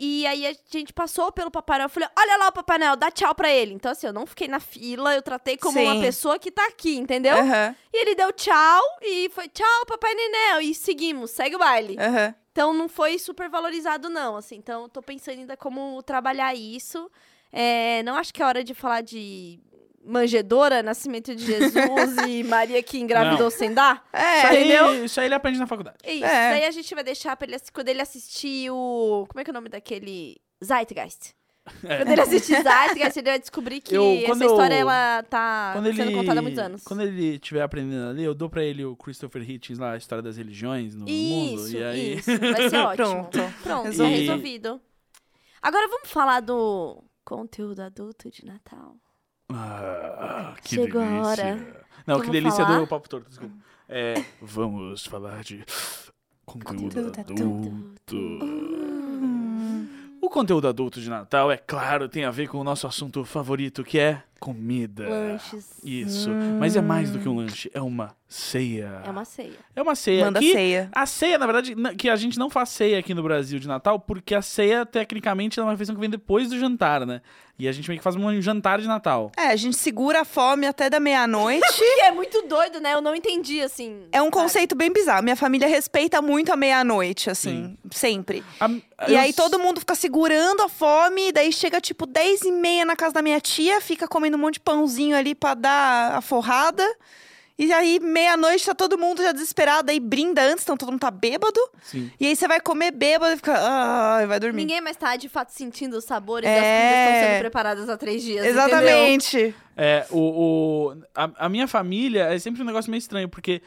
e aí a gente passou pelo Papai Noel, eu falei, olha lá o Papai Noel, dá tchau pra ele. Então, assim, eu não fiquei na fila, eu tratei como uma
Sim.
pessoa que tá aqui, entendeu?
Aham,
E ele deu tchau e foi tchau, Papai Nenel. E seguimos, segue o baile.
aham.
Então não foi super valorizado, não. Assim, então eu tô pensando ainda como trabalhar isso. É, não acho que é hora de falar de manjedora, nascimento de Jesus e Maria que engravidou
Não.
sem dar.
É,
isso, aí,
entendeu?
isso aí ele aprende na faculdade.
É isso.
É.
Daí a gente vai deixar pra ele assi- quando ele assistir o. Como é que é o nome daquele. Zeitgeist.
É.
Quando ele assistir Zeitgeist, ele vai descobrir que
Eu- quando
essa
eu-
história ela tá
Quando
sendo
ele,
contada há muitos anos.
quando ele estiver aprendendo ali, eu dou pra ele o Christopher Hitchens lá, a história das religiões no mundo.
Isso,
E aí.
isso. Vai ser ótimo.
Pronto.
Pronto, tá
Resolvido.
resolvido. Agora vamos falar do conteúdo adulto de Natal.
Ah, que
Chegou a
delícia.
hora.
Não, que
Que eu vou
delícia
falar.
do Papo Torto, desculpa. É, vamos falar de conteúdo
tá
Conteúdo
adulto. O conteúdo adulto de Natal, é claro, tem a ver com o nosso assunto favorito, que é comida.
Lanches.
Isso. Mas é mais do que um lanche, é uma ceia.
É uma ceia.
É uma ceia.
Manda
que
ceia.
A ceia, na verdade, na- que a gente não faz ceia aqui no Brasil de Natal, porque a ceia, tecnicamente, é uma refeição que vem depois do jantar, né? E a gente meio que faz um jantar de Natal.
É, a gente segura a fome até da meia-noite.
E é muito doido, né? Eu não entendi, assim.
É um
sabe?
conceito bem bizarro. Minha família respeita muito a meia-noite, assim, sempre.
A-
Ah,
E
eu
aí
s-
todo mundo fica segurando a fome, daí chega tipo 10 e meia na casa da minha tia, fica comendo um monte de pãozinho ali pra dar a forrada. E aí, meia-noite, tá todo mundo já desesperado, aí brinda antes, então todo mundo tá bêbado.
Sim.
E aí você vai comer bêbado e fica. Ah, e vai dormir.
Ninguém mais tá, de fato, sentindo os sabores
É.
das comidas que estão sendo preparadas há três dias. entendeu?
Exatamente.
É, o, o- a, a minha família é sempre um negócio meio estranho, porque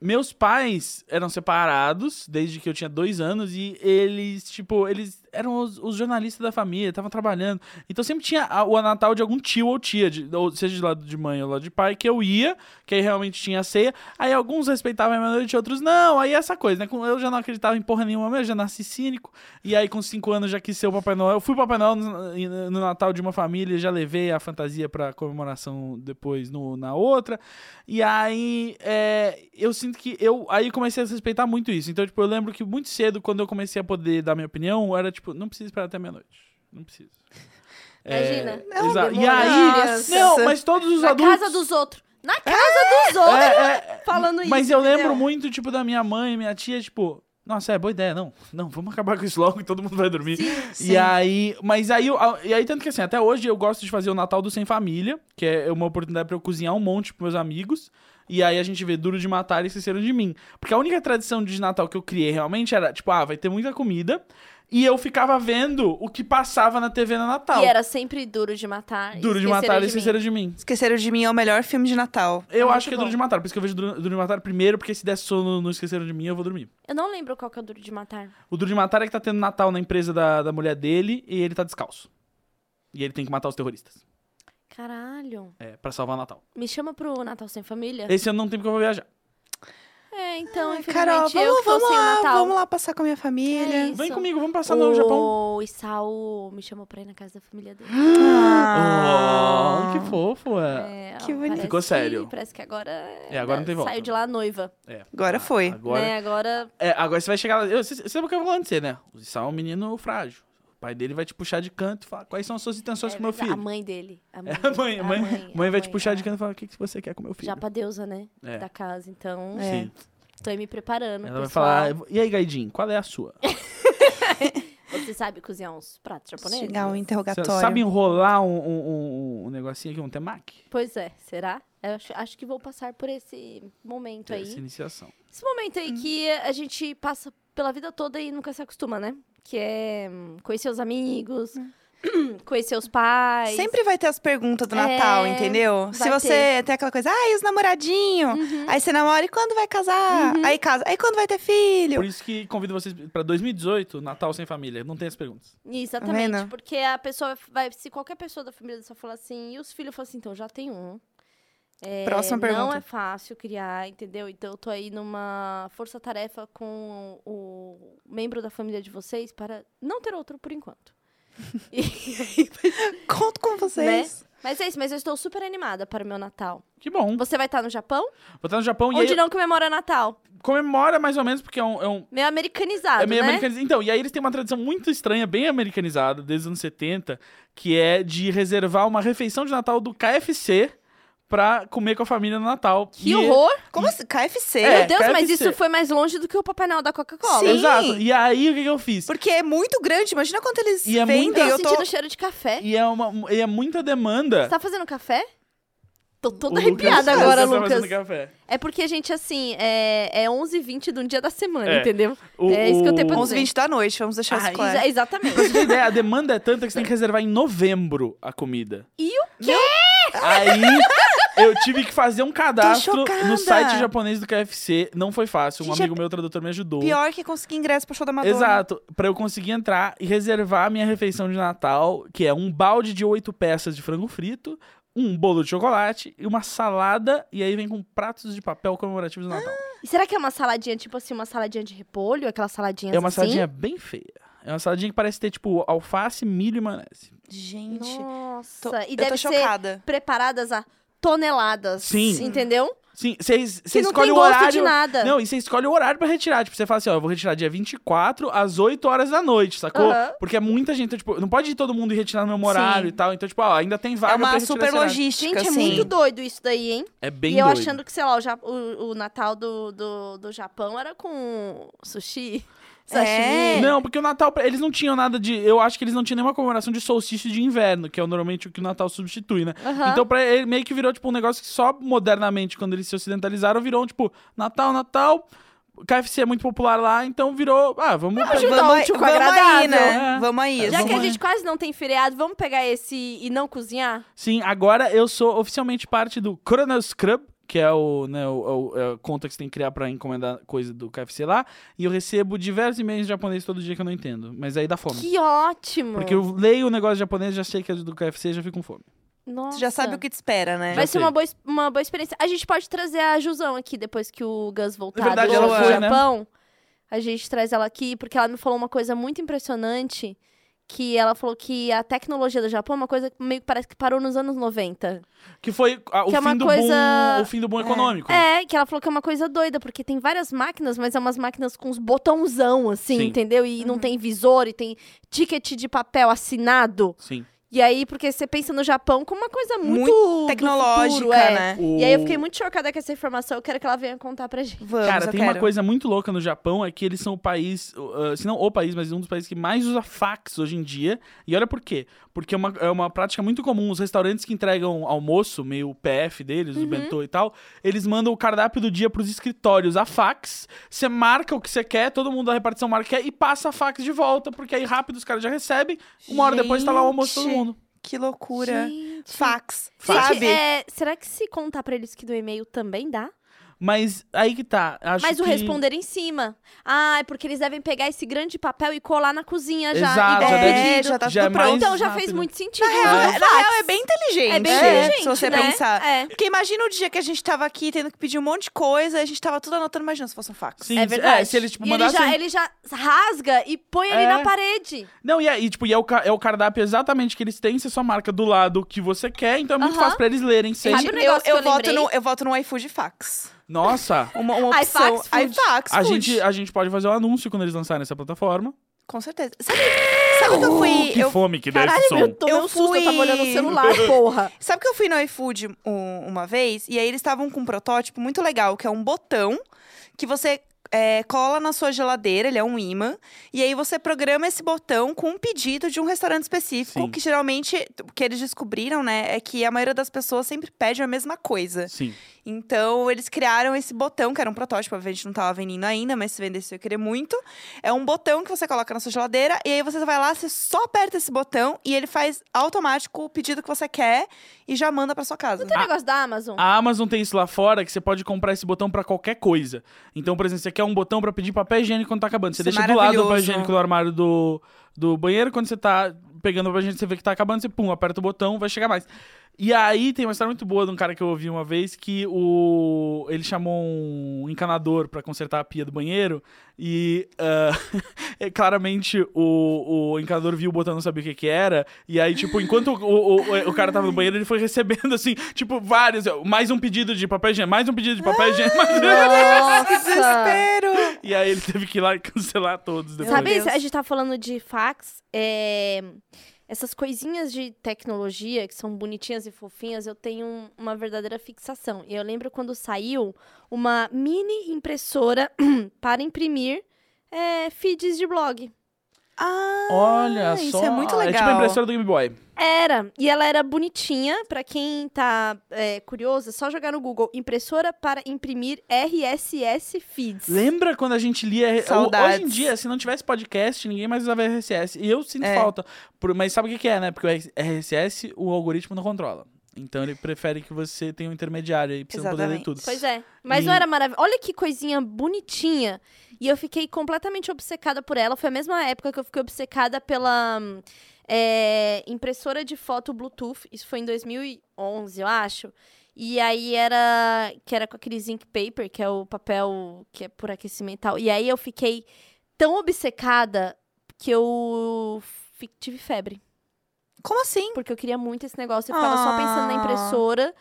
meus pais eram separados desde que eu tinha dois anos e eles, tipo, eles eram os, os jornalistas da família, estavam trabalhando. Então sempre tinha a- o Natal de algum tio ou tia, de- ou seja, de lado de mãe ou lado de pai, que eu ia, que aí realmente tinha ceia. Aí alguns respeitavam a meia-noite, outros não. Aí essa coisa, né? Com- Eu já não acreditava em porra nenhuma mesmo, já nasci cínico. E aí, com cinco anos, já quis ser o Papai Noel. Eu Fui Papai Noel no, no Natal de uma família, já levei a fantasia pra comemoração depois no- na outra. E aí, é, eu sinto que eu. Aí comecei a respeitar muito isso. Então, tipo, eu lembro que muito cedo, quando eu comecei a poder dar minha opinião, era tipo, não precisa esperar até meia-noite. Não precisa.
Imagina.
É, exato. E
demora,
aí.
criança.
Não, mas todos os
Na
adultos.
casa dos outros. Na casa dos outros!
É, é,
Falando isso.
mas eu lembro
entendeu?
muito, tipo, da minha mãe e minha tia, tipo, nossa, é boa ideia, não. Não, vamos acabar com isso logo e todo mundo vai dormir. E aí, mas aí, eu- e aí tanto que assim, até hoje eu gosto de fazer o Natal do Sem Família, que é uma oportunidade pra eu cozinhar um monte pros meus amigos. E aí a gente vê Duro de Matar e Esqueceram de Mim. Porque a única tradição de Natal que eu criei realmente era, tipo, ah, vai ter muita comida. E eu ficava vendo o que passava na TV no Natal.
E era sempre duro de matar. e
Duro de
Esqueceram
Matar e
de Mim.
Esqueceram de Mim.
Esqueceram de mim é o melhor filme de Natal.
Eu
Muito
acho que é
bom.
Duro de Matar, por isso que eu vejo Duro, Duro de Matar primeiro, porque se der sono no Esqueceram de Mim, eu vou dormir.
Eu não lembro qual que é o duro de matar.
O Duro de Matar é que tá tendo Natal na empresa da, da mulher dele e ele tá descalço. E ele tem que matar os terroristas.
Caralho.
É, pra salvar o Natal.
Me chama pro Natal Sem Família?
Esse ano não tem porque eu vou viajar.
É, então,
Ai,
infelizmente
Carol,
eu
vamos,
que tô
vamos
sem o
lá,
Natal.
vamos lá passar com a minha família.
isso. Oh.
Vem comigo, vamos passar no Japão.
O Isao me chamou pra ir na casa da família dele.
Ah.
Oh, que fofo, é.
É,
que
ó,
bonito.
parece
Ficou
que-
sério.
parece que agora...
É, agora não tem volta.
Saiu de lá noiva,
É.
Agora
Ah,
foi.
Agora,
né? Agora...
é, agora você vai chegar lá. eu- Você você sabe o que eu vou acontecer, né? O Sal é um menino frágil. O pai dele vai te puxar de canto e falar: quais são as suas intenções
é
com meu
verdade,
filho?
A mãe dele. A mãe,
É,
dele,
mãe,
a
mãe, mãe,
a
vai te puxar de
a-
canto e falar: o que que você quer com meu filho?
Já pra deusa, né?
É.
Da casa. Então,
É.
Sim.
tô aí me preparando,
Ela vai
pessoal.
falar: "Ah, e aí, Gaidin, qual é a sua?
Você sabe cozinhar uns pratos japoneses?
Chegar o
Você
um interrogatório.
um sabe enrolar um, um, um- um negocinho aqui, um temaki?
Pois é, será? Eu acho, acho que vou passar por esse momento aí.
Essa iniciação.
Esse momento
Hum.
aí que a gente passa pela vida toda e nunca se acostuma, né? Que é hum, conhecer os amigos, conhecer os pais.
Hum. Sempre vai ter as perguntas do Natal,
É,
entendeu? Se
vai Uhum.
você tem aquela coisa, ai, os namoradinhos. Aí você namora e quando vai casar? Aí casa. Aí quando vai ter filho?
Por isso que convido vocês pra 2018, Natal sem família. Não tem as perguntas.
Tá
Exatamente,
vendo?
porque a pessoa vai, se qualquer pessoa da família só falar assim, e os filhos falam assim, então já tem um. É,
Próxima
Não
pergunta.
é fácil criar, entendeu? Então eu tô aí numa força-tarefa com o membro da família de vocês para não ter outro por enquanto. E aí, é-
Conto com vocês.
mas é isso, mas eu estou super animada para o meu Natal.
Que bom. Vou
Você vai estar no Japão?
estar no Japão e
Onde
aí
não comemora Natal?
comemora mais ou menos, porque é um. é um-
Meio americanizado,
é meio
né?
americanizado. Então, e aí eles têm uma tradição muito estranha, bem americanizada, desde os anos 70, que é de reservar uma refeição de Natal do KFC pra comer com a família no Natal.
Que
E-
horror!
Como assim? KFC?
É,
Meu Deus, mas
KFC.
isso foi mais longe do que o Papai Noel da Coca-Cola.
Sim.
Exato. E aí, o que que eu fiz?
Porque é muito grande. Imagina quanto eles
E é
vendem.
muito-
Eu tô
eu tô...
sentindo cheiro de café.
E é, uma, e é muita demanda.
Você tá fazendo café? Tô toda
O Lucas-
arrepiada
o
agora,
tá
Lucas.
fazendo café.
É porque a gente, assim, é, é 11h20 de um dia da semana,
É.
entendeu?
O-
É isso que eu tenho pra
o-
11 20 da noite, vamos deixar
Ah,
isso claro.
Exa- exatamente.
Pra você ter ideia, a demanda é tanta que você tem que reservar em novembro a comida.
E o
Aí eu tive que fazer um cadastro
chocada.
no site japonês do KFC. Não foi fácil. Um
Gente,
é
amigo meu, tradutor, me ajudou.
Pior que conseguir ingresso pro show da
né?
Madonna.
Exato. Pra eu conseguir entrar e reservar a minha refeição de Natal, que é um balde de oito peças de frango frito, um bolo de chocolate e uma salada. E aí vem com pratos de papel comemorativos do Natal.
E será que é uma saladinha, tipo assim, uma saladinha de repolho? Aquela saladinha
É uma
assim?
saladinha bem feia. É uma saladinha que parece ter, tipo, alface, milho e maionese.
Gente,
Nossa.
tô-
E
eu
deve
tô
ser
chocada.
preparadas a toneladas.
Sim.
Entendeu?
Sim, você
Que não
escolhe
tem
o
gosto
horário.
de nada.
Não, e você escolhe o horário pra retirar. Tipo, você fala assim, ó, eu vou retirar dia 24 às 8 horas da noite, sacou?
Aham.
Porque é muita gente, então, tipo, não pode ir todo mundo e retirar no mesmo horário
Sim.
e tal. Então, tipo, ó, ainda tem vaga
É
pra
uma
retirar
super
esse horário.
logística,
Gente, é
assim.
muito doido isso daí, hein?
É bem
e eu
doido.
achando que, sei lá, o, Ja- o- o Natal do, do, do Japão era com sushi, sashimi.
É.
Não, porque o Natal, pra- eles não tinham nada de... Eu acho que eles não tinham nenhuma comemoração de solstício de inverno, que é normalmente o que o Natal substitui, né?
Aham.
Então, pra ele, meio que virou, tipo, um negócio que só modernamente, quando eles se ocidentalizaram, virou, tipo, Natal, Natal... KFC é muito popular lá, então virou... Ah, vamos... pegar-
juntar
vamos,
o
aí-
útil com
vamos aí,
agradável.
né?
É.
Vamos aí.
Já
vamos
que a
aí.
gente quase não tem feriado, vamos pegar esse e não cozinhar?
Sim, agora eu sou oficialmente parte do Coronel Scrub, que é o, né, o, o- é a conta que você tem que criar pra encomendar coisa do KFC lá. E eu recebo diversos e-mails japoneses todo dia que eu não entendo. Mas aí dá fome.
Que ótimo!
Porque eu leio o negócio japonês, já sei que é do KFC já fico com fome.
Nossa.
Você já sabe o que te espera, né?
Vai
Já
ser
sei.
uma boa, ex- uma boa experiência. A gente pode trazer a Jusão aqui depois que o Gus voltar
Na verdade,
do,
ela
do
foi,
né?
Japão. A gente traz ela aqui porque ela me falou uma coisa muito impressionante. Que ela falou que a tecnologia do Japão é uma coisa que meio que parece que parou nos anos 90.
Que foi ah, o,
Que é
fim
uma
do
coisa-
boom, o fim do boom econômico.
É, que ela falou que é uma coisa doida, porque tem várias máquinas, mas é umas máquinas com uns botãozão, assim,
Sim.
entendeu? E
Uhum.
não tem visor, e tem ticket de papel assinado.
Sim.
E aí, porque você pensa no Japão como uma coisa muito,
Muito
do
Tecnológica,
futuro, é.
né?
O-
E aí eu fiquei muito chocada com essa informação, eu quero que ela venha contar pra gente.
Vamos,
Cara,
eu
tem
quero.
uma coisa muito louca no Japão, é que eles são o país, uh, se não o país, mas um dos países que mais usa fax hoje em dia. E olha por quê. Porque é uma, é uma prática muito comum. Os restaurantes que entregam almoço, meio o PF deles,
Uhum.
o bentô e tal, eles mandam o cardápio do dia pros escritórios a fax. Você marca o que você quer, todo mundo da repartição marca o que quer e passa a fax de volta, porque aí rápido os caras já recebem. Uma hora depois tá lá o almoço todo
Gente.
mundo.
Que loucura.
Gente.
Fax,
Gente,
sabe?
é, será que se contar pra eles que do e-mail também dá?
Mas aí que tá. Acho
Mas o
que-
responder em cima. Ah, é porque eles devem pegar esse grande papel e colar na cozinha já.
Exato,
e
Ah, já
dar
deve-
pedido.
É, já tá
já
tudo
é mais um
pronto.
Então já fez
rápido.
muito sentido.
Na real,
né?
é- na real, é bem inteligente.
É bem inteligente,
Se você
né?
pensar.
É.
Porque imagina o dia que a gente tava aqui tendo que pedir um monte de coisa, a gente tava tudo anotando, imagina se fosse um fax.
Sim,
É verdade.
se eles tipo,
e ele
mandassem
já, ele já rasga e põe ali
É.
na parede.
Não, e aí, tipo, e é o, ca- é o cardápio exatamente que eles têm, você só marca do lado que você quer, então é muito
Aham.
fácil pra eles lerem. Sem...
Sabe o negócio que eu
eu, voto
lembrei?
no, eu voto no iFood fax.
Nossa,
Uma, uma opção.
iFax Food.
iFax
a
Food.
gente, a gente pode fazer o anúncio quando eles lançarem essa plataforma. Oh,
Com certeza. Sabe, sabe que eu fui.
que
eu-
fome que dá
Caralho,
esse
meu,
som.
tomei
Eu
um susto, eu tava
fui-
olhando o celular, porra.
Sabe que eu fui no iFood um- uma vez e aí eles estavam com um protótipo muito legal, que é um botão que você é, cola na sua geladeira, ele é um imã, e aí você programa esse botão com um pedido de um restaurante específico,
Sim.
que geralmente, o que eles descobriram, né, é que a maioria das pessoas sempre pede a mesma coisa.
Sim.
Então, eles criaram esse botão, que era um protótipo, obviamente não tava vendendo ainda, mas se vendesse eu ia querer muito. É um botão que você coloca na sua geladeira, e aí você vai lá, você só aperta esse botão, e ele faz automático o pedido que você quer, e já manda pra sua casa.
Tem negócio da Amazon?
A Amazon tem isso lá fora que você pode comprar esse botão pra qualquer coisa. Então, por exemplo, você quer um botão pra pedir papel higiênico quando tá acabando. Você
Isso é
deixa do lado o papel
maravilhoso.
higiênico do armário do, do banheiro. Quando você tá pegando o papel higiênico, você vê que tá acabando, você pum, aperta o botão, vai chegar mais. E aí tem uma história muito boa de um cara que eu ouvi uma vez que o ele chamou um encanador pra consertar a pia do banheiro e ah, é, claramente o, o encanador viu o botão não sabia o que que era e aí tipo enquanto o, o, o, o cara tava no banheiro ele foi recebendo assim tipo vários mais um pedido de papel higiênico mais um pedido de papel higiênico mais um...
Nossa!
Desespero!
e aí ele teve que ir lá e cancelar todos depois.
Sabe,
Deus.
a gente tá falando de fax, é, essas coisinhas de tecnologia que são bonitinhas e fofinhas, eu tenho um- uma verdadeira fixação. E eu lembro quando saiu uma mini impressora para imprimir é, feeds de blog.
Ah,
Olha
isso
só
é muito
é tipo a
legal.
impressora do Game Boy
Era, e ela era bonitinha, pra quem tá é, curioso, é só jogar no Google impressora para imprimir RSS feeds.
Lembra quando a gente lia.
Saudades.
Hoje em dia, se não tivesse podcast, ninguém mais usava RSS. E eu sinto
É.
falta. Por- Mas sabe o que que é, né? Porque o RSS, o algoritmo não controla. Então ele prefere que você tenha um intermediário aí pra você não poder ler
Exatamente.
tudo.
Pois é. Mas
E-
não era maravilhoso. Olha que coisinha bonitinha. E eu fiquei completamente obcecada por ela. Foi a mesma época que eu fiquei obcecada pela hum, é, impressora de foto Bluetooth. Isso foi em 2011, eu acho. E aí era que era com aquele zinc paper, que é o papel que é por aquecimento e tal. E aí eu fiquei tão obcecada que eu fi- tive febre.
Como assim?
Porque eu queria muito esse negócio. Eu ficava só pensando na
Ah.
impressora.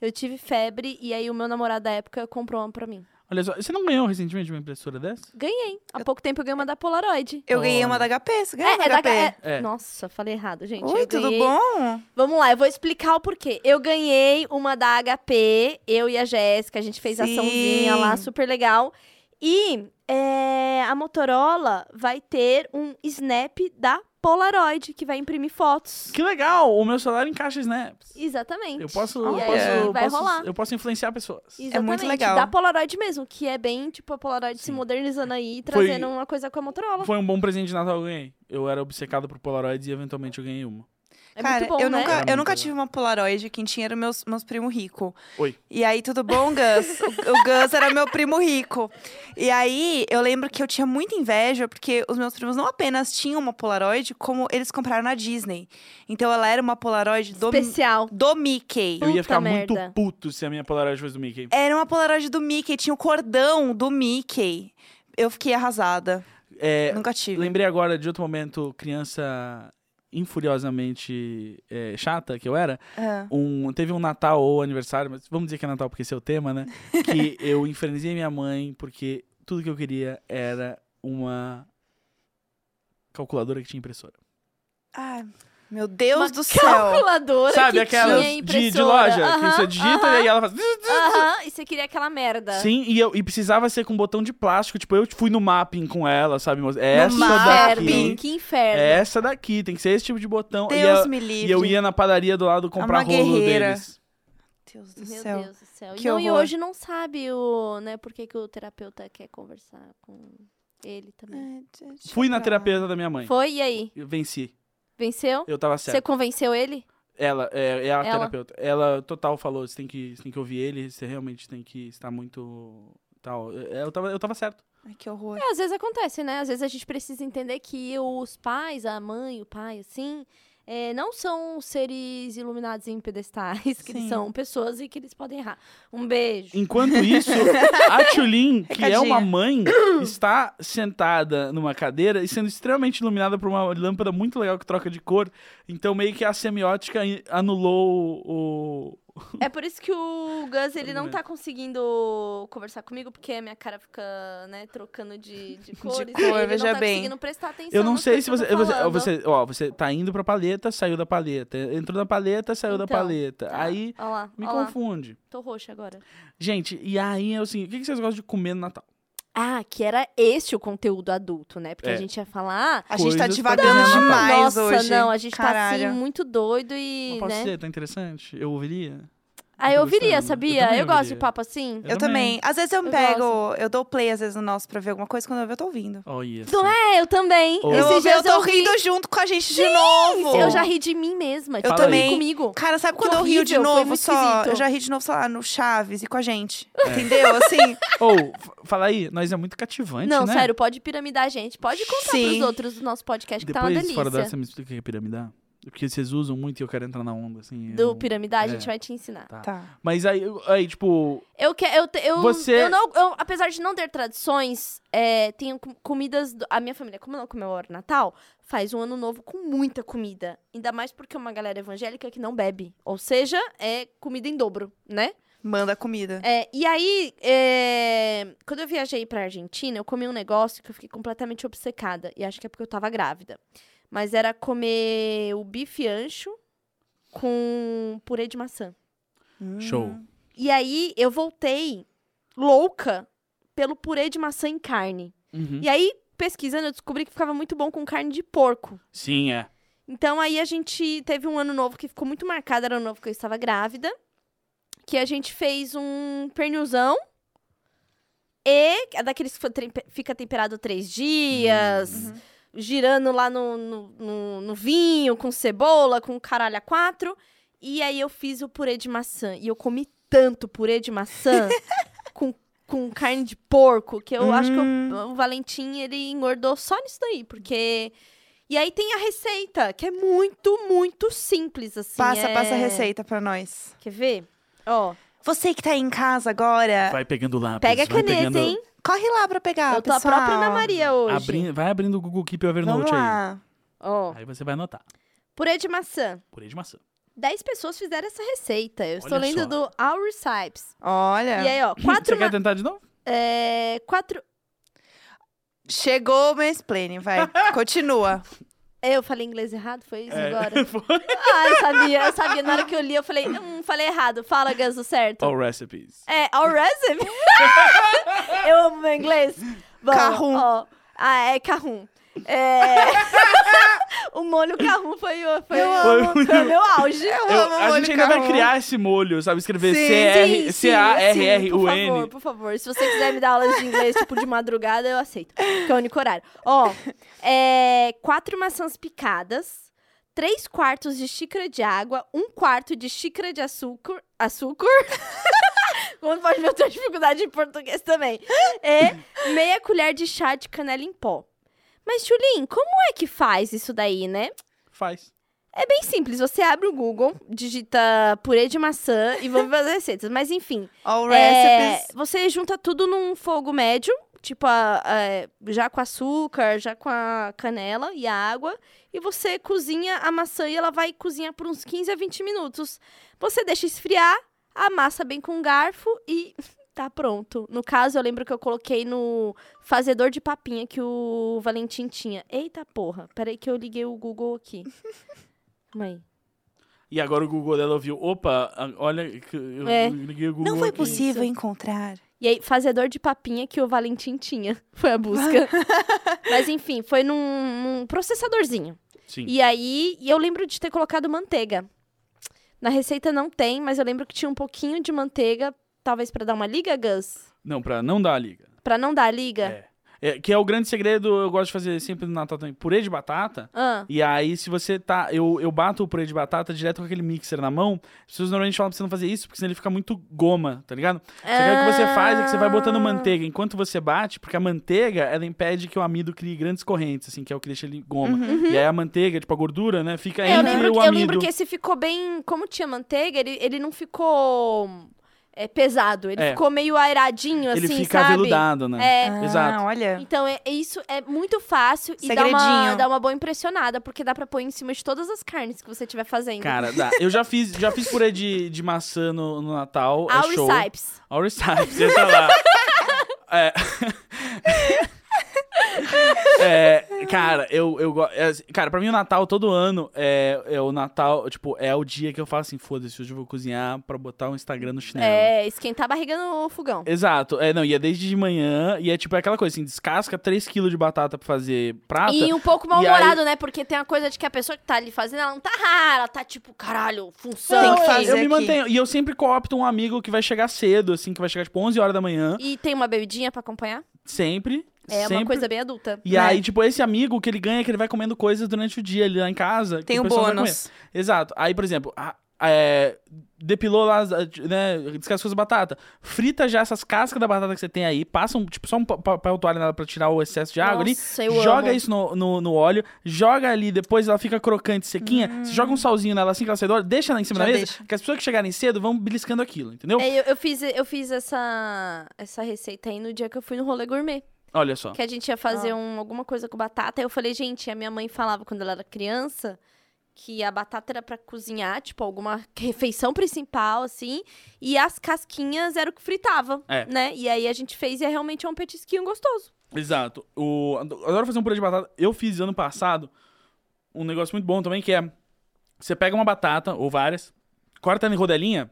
Eu tive febre e aí o meu namorado da época comprou uma pra mim.
Olha só, você não ganhou recentemente uma impressora dessa?
Ganhei. Há pouco tempo eu ganhei uma da Polaroid.
Eu ganhei uma da HP, você ganhou uma da HP?
É.
Nossa, falei errado, gente.
Oi,
Eu
tudo
ganhei-
bom?
Vamos lá, eu vou explicar o porquê. Eu ganhei uma da HP, eu e a Jéssica, a gente fez
Sim.
açãozinha lá, super legal. E é, a Motorola vai ter um snap da Polaroid, que vai imprimir fotos.
Que legal! O meu celular encaixa snaps.
Exatamente.
Eu posso.
E
Eu
Olha.
posso,
aí vai
posso-
rolar.
eu posso influenciar pessoas.
É muito
Exatamente,
legal.
Da Polaroid mesmo, que é bem, tipo, a Polaroid se
Sim.
modernizando aí
Foi-
e trazendo uma coisa com a Motorola.
Foi um bom presente de Natal que eu ganhei. Eu era obcecado por Polaroids e eventualmente eu ganhei uma.
É
Cara,
muito bom,
eu
né?
nunca,
Era
eu nunca
muito
tive uma Polaroid, quem tinha era meus, meus primos ricos.
Oi.
E aí, tudo bom, Gus? o, o Gus era meu primo rico. E aí, eu lembro que eu tinha muita inveja, porque os meus primos não apenas tinham uma Polaroid, como eles compraram na Disney. Então, ela era uma Polaroid do,
Especial.
do Mickey.
eu ia
Puta
ficar
merda.
muito puto se a minha Polaroid fosse do Mickey.
Era uma Polaroid do Mickey, tinha o cordão do Mickey. Eu fiquei arrasada.
É,
Nunca tive.
Lembrei agora de outro momento, criança infuriosamente é, chata que eu era.
Ah.
Um, teve um Natal ou aniversário, mas vamos dizer que é Natal porque esse é o tema, né? Que eu infernizei minha mãe porque tudo que eu queria era uma calculadora que tinha impressora.
Ai, meu Deus
Uma
do céu.
Calculadora
Sabe
que
aquelas de,
tinha
de
impressora.
loja que
Aham,
você digita
aham, Tá.
e aí ela faz.
Aham, e você queria aquela merda.
Sim, e, eu, e precisava ser com um botão de plástico. Tipo, eu fui no mapping com ela, sabe? moça? Essa
Que
daqui.
inferno, que inferno.
É Essa daqui, tem que ser esse tipo de botão. E
Deus
ela-
me
E
livre.
eu ia na padaria do lado
uma
comprar rolo
guerreira.
deles.
Deus do
Meu
céu.
Deus do céu.
Que
e, não, e
horror.
hoje não sabe o, né, por que, que o terapeuta quer conversar com ele também.
É, de- deixa
Fui na
pra lá.
terapeuta da minha mãe.
Foi, e aí?
Eu venci.
Venceu?
Eu tava
Você
É. certo.
convenceu ele?
Ela, é, é a
Ela?
terapeuta. Ela total falou: você tem que, você tem que ouvir ele, você realmente tem que estar muito. tal. É, Eu tava, eu tava certo.
Ai, que horror.
É, às vezes acontece, né? Às vezes a gente precisa entender que os pais, a mãe, o pai, assim, é, não são seres iluminados em pedestais, que eles
Sim.
são pessoas e que eles podem errar. Um beijo.
Enquanto isso, a Tulin, que é
Recadinho.
uma mãe, está sentada numa cadeira e sendo extremamente iluminada por uma lâmpada muito legal que troca de cor. Então, meio que a semiótica anulou o,
É por isso que o Gus, ele não
Tudo
tá conseguindo conversar comigo, porque a minha cara fica, né, trocando de, de cores. e
cor,
ele
veja
não tá
bem.
conseguindo prestar atenção
Eu não
nas
sei
coisas
se
é que eu
você,
tô
você, você.
falando.
Ó, você tá indo pra paleta, saiu da paleta. Entrou na paleta, saiu da
Então,
paleta.
Tá,
Aí
Ó lá,
me
ó lá.
confunde.
Tô roxa agora.
Gente, e aí é assim: o que que vocês gostam de comer no Natal?
Ah, que era este o conteúdo adulto, né? Porque
É.
a gente ia falar. ah,
A gente tá
Coisas pra
divagando
gente.
demais
nossa,
hoje.
não, a gente
Caralho.
tá assim muito doido e.
Mas pode
né?
ser, tá interessante. Eu ouviria.
Ah, eu
Tô
ouviria,
gostando. Eu
sabia? Eu,
também
gosto de
ouviria.
papo assim.
Eu, também. Às vezes eu, me
Eu
pego, eu dou play às vezes no nosso pra ver alguma coisa, quando eu ver, eu tô ouvindo.
Olha.
Não É, eu também.
Ou-
Eu,
Esses
eu
dias
tô
eu ri-
rindo junto com a gente de novo.
Eu já ri de mim mesma. tipo,
também.
Comigo.
Cara, sabe
Que
quando eu rio de
horrível, foi
novo
muito
só?
esquisito. É.
Eu já ri de novo, sei lá, no Chaves e com a gente. Entendeu? Assim.
Ou, f- fala aí, nós é muito cativante,
não,
né?
sério, pode piramidar a gente. Pode contar
Sim.
pros outros do nosso podcast que
Depois,
tá uma delícia.
fora dessa, me explica o que é piramidar. Porque vocês usam muito e eu quero entrar na onda, assim.
Do
eu-
piramidar, a
É.
gente vai te ensinar.
Tá.
Mas aí, eu- aí tipo,
Eu que, eu, te- eu,
Você-
eu não, eu, apesar de não ter tradições, é, tenho com- comidas. do- a minha família, como não comemora o Natal, faz um ano novo com muita comida. Ainda mais porque é uma galera evangélica que não bebe. Ou seja, é comida em dobro, né?
Manda comida.
É, e aí, é, quando eu viajei pra Argentina, eu comi um negócio que eu fiquei completamente obcecada. E acho que é porque eu tava grávida. Mas era comer o bife ancho com purê de maçã. É.
Hum.
show.
E aí eu voltei louca pelo purê de maçã em carne.
Uhum.
E aí, pesquisando, eu descobri que ficava muito bom com carne de porco.
Sim, é.
Então aí a gente teve um ano novo que ficou muito marcado, era o ano novo que eu estava grávida, que a gente fez um pernilzão e é daqueles que foi tempe- fica temperado três dias,
Uhum.
girando lá no, no, no- no vinho, com cebola, com caralho a quatro. E aí eu fiz o purê de maçã. E eu comi tanto purê de maçã com, com carne de porco que eu acho que o, o Valentim ele engordou só nisso daí, porque. E aí tem a receita, que é muito, muito simples, assim.
Passa,
é-
passa a receita pra nós.
Quer ver? Ó,
Você que tá aí em casa agora,
Vai pegando lápis.
pega a
vai
caneta,
pegando-
hein?
corre lá pra pegar,
eu tô a própria Ana Maria hoje.
Abri- Vai abrindo o Google Keep e o
Vamos
Evernote aí.
lá.
Ó,
Aí você vai anotar.
purê de maçã.
Purê de maçã.
10 pessoas fizeram essa receita. Eu estou
Olha
lendo
só.
do Our Sipes.
Olha.
E aí, ó,
Você
quatro, ma-
quer tentar de novo?
é, quatro.
Chegou o mansplaining, vai. Continua.
Eu falei inglês errado? Foi isso
É.
agora? Ah, eu sabia, eu sabia. Na hora que eu li, eu falei, hum, falei errado. Fala, Ganso, certo.
All recipes.
É, all resume. eu amo meu inglês. Bom,
Carrum.
ó, ah, é carrum. É... o molho carrum foi, o- foi,
Eu
Foi
o-
muito-
foi o meu auge.
Eu
Eu-
amo
a
molho
gente ainda vai
carro.
criar esse molho, sabe? Escrever
Sim,
Sim, sim, sim, Por
C-R-C-A-R-R-U-N.
favor, por favor. Se você quiser me dar aulas de inglês, tipo, de madrugada, eu aceito. Que é o único horário. Ó, é, quatro maçãs picadas, três quartos de xícara de água, um quarto de xícara de açúcar... Açúcar? Como pode ver, eu tenho dificuldade em português também. E meia colher de chá de canela em pó. Mas, Julin, como é que faz isso daí, né?
Faz.
É bem simples, você abre o Google, digita purê de maçã e vamos ver as receitas. Mas enfim,
All
é,
recipes.
você junta tudo num fogo médio, tipo a- a- já com açúcar, já com a canela e a água, e você cozinha a maçã e ela vai cozinhar por uns 15 a 20 minutos. Você deixa esfriar, amassa bem com um garfo e tá pronto. No caso, eu lembro que eu coloquei no fazedor de papinha que o Valentim tinha. Eita porra, peraí que eu liguei o Google aqui. Mãe.
E agora o Google dela ouviu. Opa, a- olha, que eu
É.
liguei o Google.
Não foi
aqui.
possível encontrar.
E aí, fazedor de papinha que o Valentim tinha. Foi a busca. Mas enfim, foi num, num processadorzinho.
Sim.
E aí, e eu lembro de ter colocado manteiga. Na receita não tem, mas eu lembro que tinha um pouquinho de manteiga, talvez pra dar uma liga, Gus?
Não, pra não dar a liga.
Pra não dar a liga?
É. É, Que é o grande segredo, eu gosto de fazer sempre no Natal também. Purê de batata.
Ah,
E aí, se você tá. Eu, eu bato o purê de batata direto com aquele mixer na mão. As pessoas normalmente falam pra você não fazer isso, porque senão ele fica muito goma, tá ligado? Só que aí o que você faz é que você vai
Ah.
botando manteiga enquanto você bate, porque a manteiga, ela impede que o amido crie grandes correntes, assim, que é o que deixa ele goma. E aí a manteiga, tipo a gordura, né, fica
É, Uhum. eu,
entre
lembro
o
que, eu
amido.
lembro que esse ficou bem. Como tinha manteiga, ele, ele não ficou é, pesado. Ele
É.
ficou meio airadinho,
ele
assim,
fica
sabe?
aveludado, né?
É,
Ah,
Exato.
olha.
Então, é, é isso é muito fácil e dá
Segredinho.
uma, dá uma boa impressionada, porque dá pra pôr em cima de todas as carnes que você estiver fazendo.
Cara, dá. Eu já fiz, já fiz purê de, de maçã no, no Natal. é
Auri
show.
Sipes.
Auri Sipes, você tá lá. É. É, cara, eu, eu gosto. cara, pra mim o Natal todo ano é, é o Natal, tipo, é o dia que eu falo assim, foda-se, hoje eu vou cozinhar pra botar o Instagram no chinelo.
É, esquentar a barriga no fogão.
Exato. É, não, e é desde de manhã, e é tipo aquela coisa assim, descasca 3kg de batata pra fazer prata.
E um pouco
E
mal-humorado, né? Porque tem a coisa de que a pessoa que tá ali fazendo, ela não tá rara, ela tá tipo, caralho, função.
Tem que
Não, é,
fazer
eu me
aqui.
mantenho. E eu sempre coopto um amigo que vai chegar cedo, assim, que vai chegar tipo 11 horas da manhã.
E tem uma bebidinha pra acompanhar.
Sempre.
É
sempre.
uma coisa bem adulta.
E
né?
aí, tipo, esse amigo que ele ganha, que ele vai comendo coisas durante o dia ali lá em casa. que
Tem
um
o
o
pessoal vai
bônus.
comer. Exato. Aí, por exemplo, a- é, depilou lá, as- né, descascou as batatas. Frita já essas cascas da batata que você tem aí, passa um, tipo, só um pa- papel toalha nela pra tirar o excesso de água ali.
Nossa, eu
joga
amo.
isso no, no, no óleo, joga ali, depois ela fica crocante, sequinha.
Hum.
Você joga um salzinho nela assim que ela sai do óleo, deixa ela em cima
Já
da mesa,
deixa.
que as pessoas que chegarem cedo vão beliscando aquilo, entendeu?
É, eu, eu fiz, eu fiz essa, essa receita aí no dia que eu fui no rolê gourmet.
Olha só.
Que a gente ia
Ah.
fazer um, alguma coisa com batata. Aí eu falei, gente, a minha mãe falava quando ela era criança que a batata era pra cozinhar, tipo, alguma refeição principal, assim. E as casquinhas era o que fritava,
É.
né? E aí a gente fez e é realmente um petisquinho gostoso.
Exato. O, adoro fazer um purê de batata. Eu fiz ano passado um negócio muito bom também, que é... Você pega uma batata, ou várias, corta ela em rodelinha,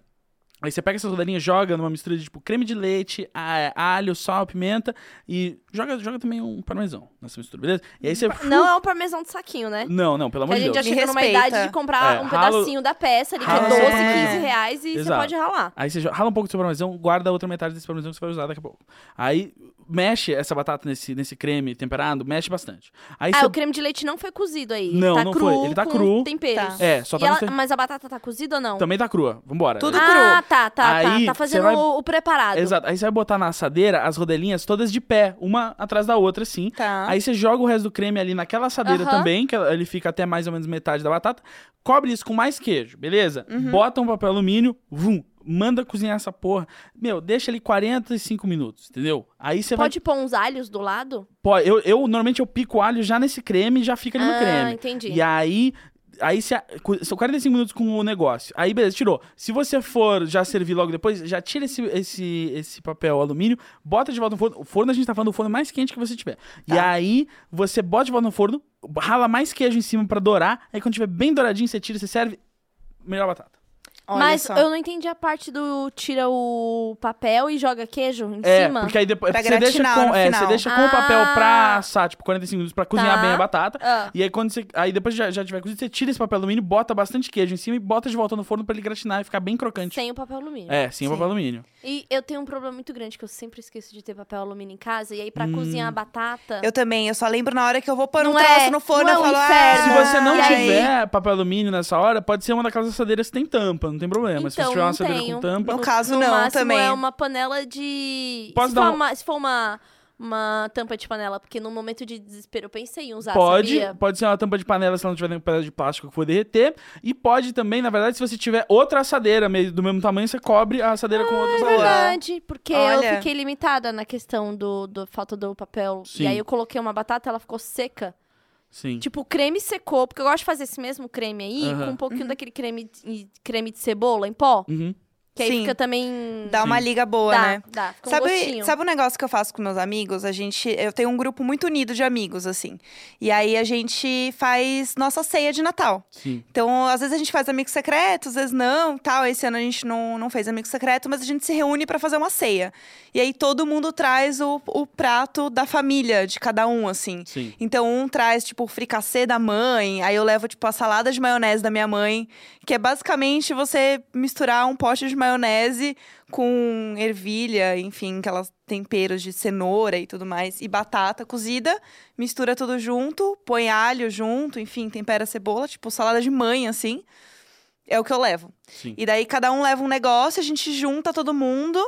aí você pega essas rodelinhas, joga numa mistura de, tipo, creme de leite, a- alho, sal, pimenta, e joga, joga também um parmesão nessa mistura, beleza? E aí você...
Não é um parmesão de saquinho, né?
Não, não, pelo
Que
amor
a
de
gente
Deus.
já
Me
chega numa
respeita.
idade de comprar
É,
um
ralo-
pedacinho da peça ali, que é
ralo-
12,
É.
15 reais, e você
Exato.
pode ralar.
Aí você jo- rala um pouco do seu parmesão, guarda a outra metade desse parmesão que você vai usar daqui a pouco. Aí mexe essa batata nesse, nesse creme temperado, mexe bastante. Aí
ah,
você...
o creme de leite não foi cozido aí.
é Não,
tá
não
cru
foi. Ele tá
com
cru.
Temperos.
Tá.
É, só
E
tá
ela-
no te-
Mas a batata tá cozida ou não?
Também tá crua. Vambora.
Tudo
ah, tá, tá,
Aí,
tá. Tá
você
fazendo
vai-
o, o preparado.
Exato. Aí você vai botar na assadeira as rodelinhas todas de pé, uma atrás da outra, assim.
Tá.
Aí você joga o resto do creme ali naquela assadeira
Ah. Aham.
também, que ela- ele fica até mais ou menos metade da batata. Cobre isso com mais queijo, beleza?
Uhum.
Bota um papel alumínio, vum, manda cozinhar essa porra. Meu, deixa ali 45 minutos, entendeu? Aí você vai.
Pode pôr uns alhos do lado?
Pô, eu, eu normalmente eu pico o alho já nesse creme e já fica ali no
ah,
creme.
entendi.
E aí. Aí você. cu- São 45 minutos com o negócio. Aí, beleza, tirou. Se você for já servir logo depois, já tira esse, esse, esse papel alumínio, bota de volta no forno. O forno a gente tá falando do forno mais quente que você tiver. E
Tá.
aí, você bota de volta no forno, rala mais queijo em cima pra dourar. Aí quando tiver bem douradinho, você tira, você serve. Melhor batata.
Olha
Mas
só.
eu não entendi a parte do tira o papel e joga queijo em
É,
cima.
porque aí depois.
Pra
você deixa
gratinar
com,
no
é,
final.
você deixa com o papel pra
Ah.
assar, tipo, 45 minutos pra cozinhar
Tá.
bem a batata.
Ah,
E aí, quando você. Aí depois já, já tiver cozido, você tira esse papel alumínio, bota bastante queijo em cima e bota de volta no forno pra ele gratinar e ficar bem crocante.
sem o papel alumínio.
É, sim, o
Sim.
papel alumínio.
E eu tenho um problema muito grande que eu sempre esqueço de ter papel alumínio em casa. E aí, pra
Hum.
cozinhar a batata.
Eu também, eu só lembro na hora que eu vou pôr um
Não
troço
é-
no forno,
não é
eu
um
falo,
inferno.
Se você não
"Ah, e aí?"
tiver papel alumínio nessa hora, pode ser uma daquelas assadeiras que tem tampa, não tem problema. se você
Então,
tiver uma
não
assadeira
tenho.
com tampa.
No caso,
no
não,
máximo
também.
é uma panela de.
Posso
se,
dar
for
um-
uma, se for uma, uma tampa de panela, porque no momento de desespero eu pensei em usar,
Pode,
sabia?
pode ser uma tampa de panela se ela não tiver nenhum pedaço de plástico que for derreter. E pode também, na verdade, se você tiver outra assadeira meio- do mesmo tamanho, você cobre a assadeira com outra
É
assadeira.
verdade, porque eu
Olha.
fiquei limitada na questão do, do falta do papel.
Sim.
E aí eu coloquei uma batata, ela ficou seca.
Sim.
Tipo, o creme secou, porque eu gosto de fazer esse mesmo creme aí,
Aham.
com um pouquinho
Uhum.
daquele creme de, creme de cebola em pó,
Uhum.
que aí
Sim.
fica também...
Dá uma
Sim.
liga boa,
dá,
né?
dá, fica um
Sabe,
gostinho.
sabe um negócio que eu faço com meus amigos? A gente, eu tenho um grupo muito unido de amigos, assim. E aí a gente faz nossa ceia de Natal.
Sim.
Então, às vezes a gente faz amigo secreto, às vezes não, tal. Esse ano a gente não, não fez amigo secreto, mas a gente se reúne pra fazer uma ceia. E aí todo mundo traz o, o prato da família, de cada um, assim.
Sim.
Então, um traz, tipo, o fricassê da mãe, aí eu levo, tipo, a salada de maionese da minha mãe, que é basicamente você misturar um pote de maionese com ervilha, enfim, aquelas temperos de cenoura e tudo mais, e batata cozida, mistura tudo junto, põe alho junto, enfim, tempera a cebola, tipo, salada de mãe, assim. É o que eu levo.
Sim.
E daí cada um leva um negócio, a gente junta todo mundo.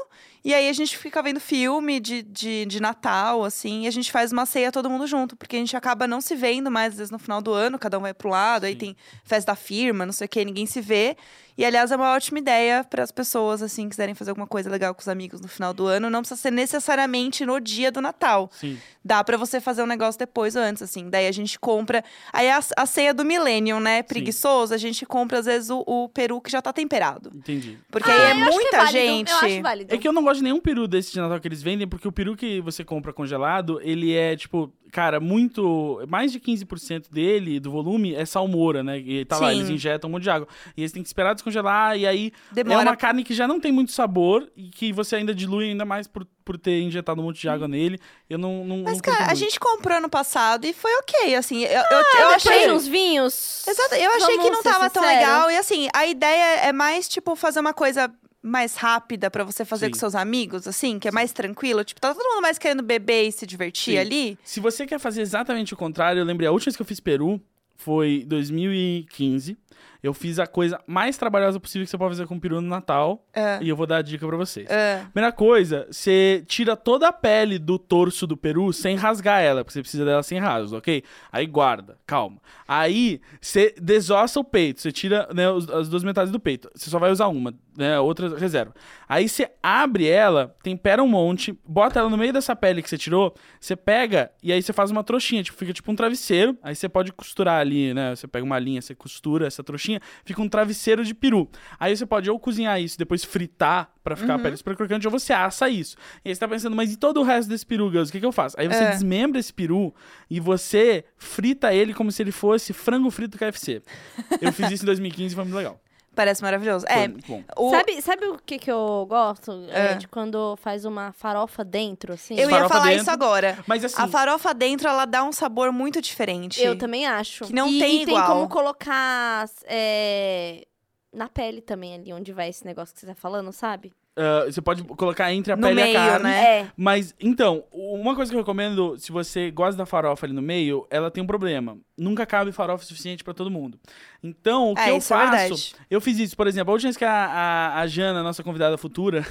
E aí a gente fica vendo filme de, de, de Natal, assim. E a gente faz uma ceia todo mundo junto. Porque a gente acaba não se vendo mais, às vezes, no final do ano. Cada um vai pro lado. Aí
Sim.
tem festa da firma, não sei o quê. Ninguém se vê. E, aliás, é uma ótima ideia para as pessoas, assim, que quiserem fazer alguma coisa legal com os amigos no final do ano. Não precisa ser necessariamente no dia do Natal
Sim.
dá pra você fazer um negócio depois ou antes, assim. Daí a gente compra. Aí é a, a ceia do Millennium, né? Preguiçoso, a gente compra, às vezes, o, o peru que já tá temperado.
Entendi.
Porque
Ah,
aí é
eu acho que
muita
válido,
gente.
Eu acho válido.
É que eu não gosto de nenhum peru desse de Natal que eles vendem, porque o peru que você compra congelado, ele é, tipo, cara, muito. Mais de 15% dele, do volume, é salmoura, né? E tá lá,
Sim.
eles injetam um monte de água. E eles têm que esperar descongelar, e aí
Demora.
é uma carne que já não tem muito sabor e que você ainda dilui ainda mais por, por ter injetado um monte de água nele. Eu não. não
Mas,
não curto
cara, a
muito.
gente comprou no passado e foi ok, assim. Eu, eu, eu
Eu
achei.
achei Ah, uns vinhos.
Exato, eu achei que
Vamos
não
ser
tava tão
sinceros.
legal. E assim, a ideia é mais, tipo, fazer uma coisa mais rápida pra você fazer
Sim.
com seus amigos, assim, que é mais tranquilo. Tipo, tá todo mundo mais querendo beber e se divertir
Sim.
ali.
Se você quer fazer exatamente o contrário, eu lembrei, a última vez que eu fiz peru foi 2015. Eu fiz a coisa mais trabalhosa possível que você pode fazer com peru no Natal. E eu vou dar a dica pra vocês.
Ah,
Primeira coisa, você tira toda a pele do torso do peru sem rasgar ela, porque você precisa dela sem rasgos, ok? Aí guarda, calma. Aí você desossa o peito, você tira né, os- as duas metades do peito. Você só vai usar uma, né? A outra reserva. Aí você abre ela, tempera um monte, bota ela no meio dessa pele que você tirou, você pega e aí você faz uma trouxinha, tipo, fica tipo um travesseiro. Aí você pode costurar ali, né? Você pega uma linha, você costura essa trouxinha, fica um travesseiro de peru. Aí você pode ou cozinhar isso, depois fritar pra ficar
Uhum.
a pele super crocante, ou você assa isso. E aí você tá pensando, mas e todo o resto desse peru, Gus, o que, que eu faço? Aí você
É.
desmembra esse peru e você frita ele como se ele fosse frango frito do KFC. Eu fiz isso em 2015 e foi muito legal.
parece maravilhoso.
Foi
É,
muito bom.
o-
Sabe, sabe o que, que eu gosto? É.
Ah.
de quando faz uma farofa dentro, assim.
eu ia
farofa
falar
dentro.
isso agora.
Mas assim,
A farofa dentro, ela dá um sabor muito diferente.
Eu também acho.
Que não
e,
tem
e
igual.
tem como colocar é, na pele também ali, onde vai esse negócio que você tá falando, sabe?
ah, você pode colocar entre a
No
pele e
meio,
a carne.
né?
É.
Mas, então, uma coisa que eu recomendo, se você gosta da farofa ali no meio, ela tem um problema. Nunca cabe farofa suficiente pra todo mundo. Então, o que
é,
eu
isso
faço.
é verdade.
Eu fiz isso, por exemplo, a última vez que a, a, a Jana, nossa convidada futura,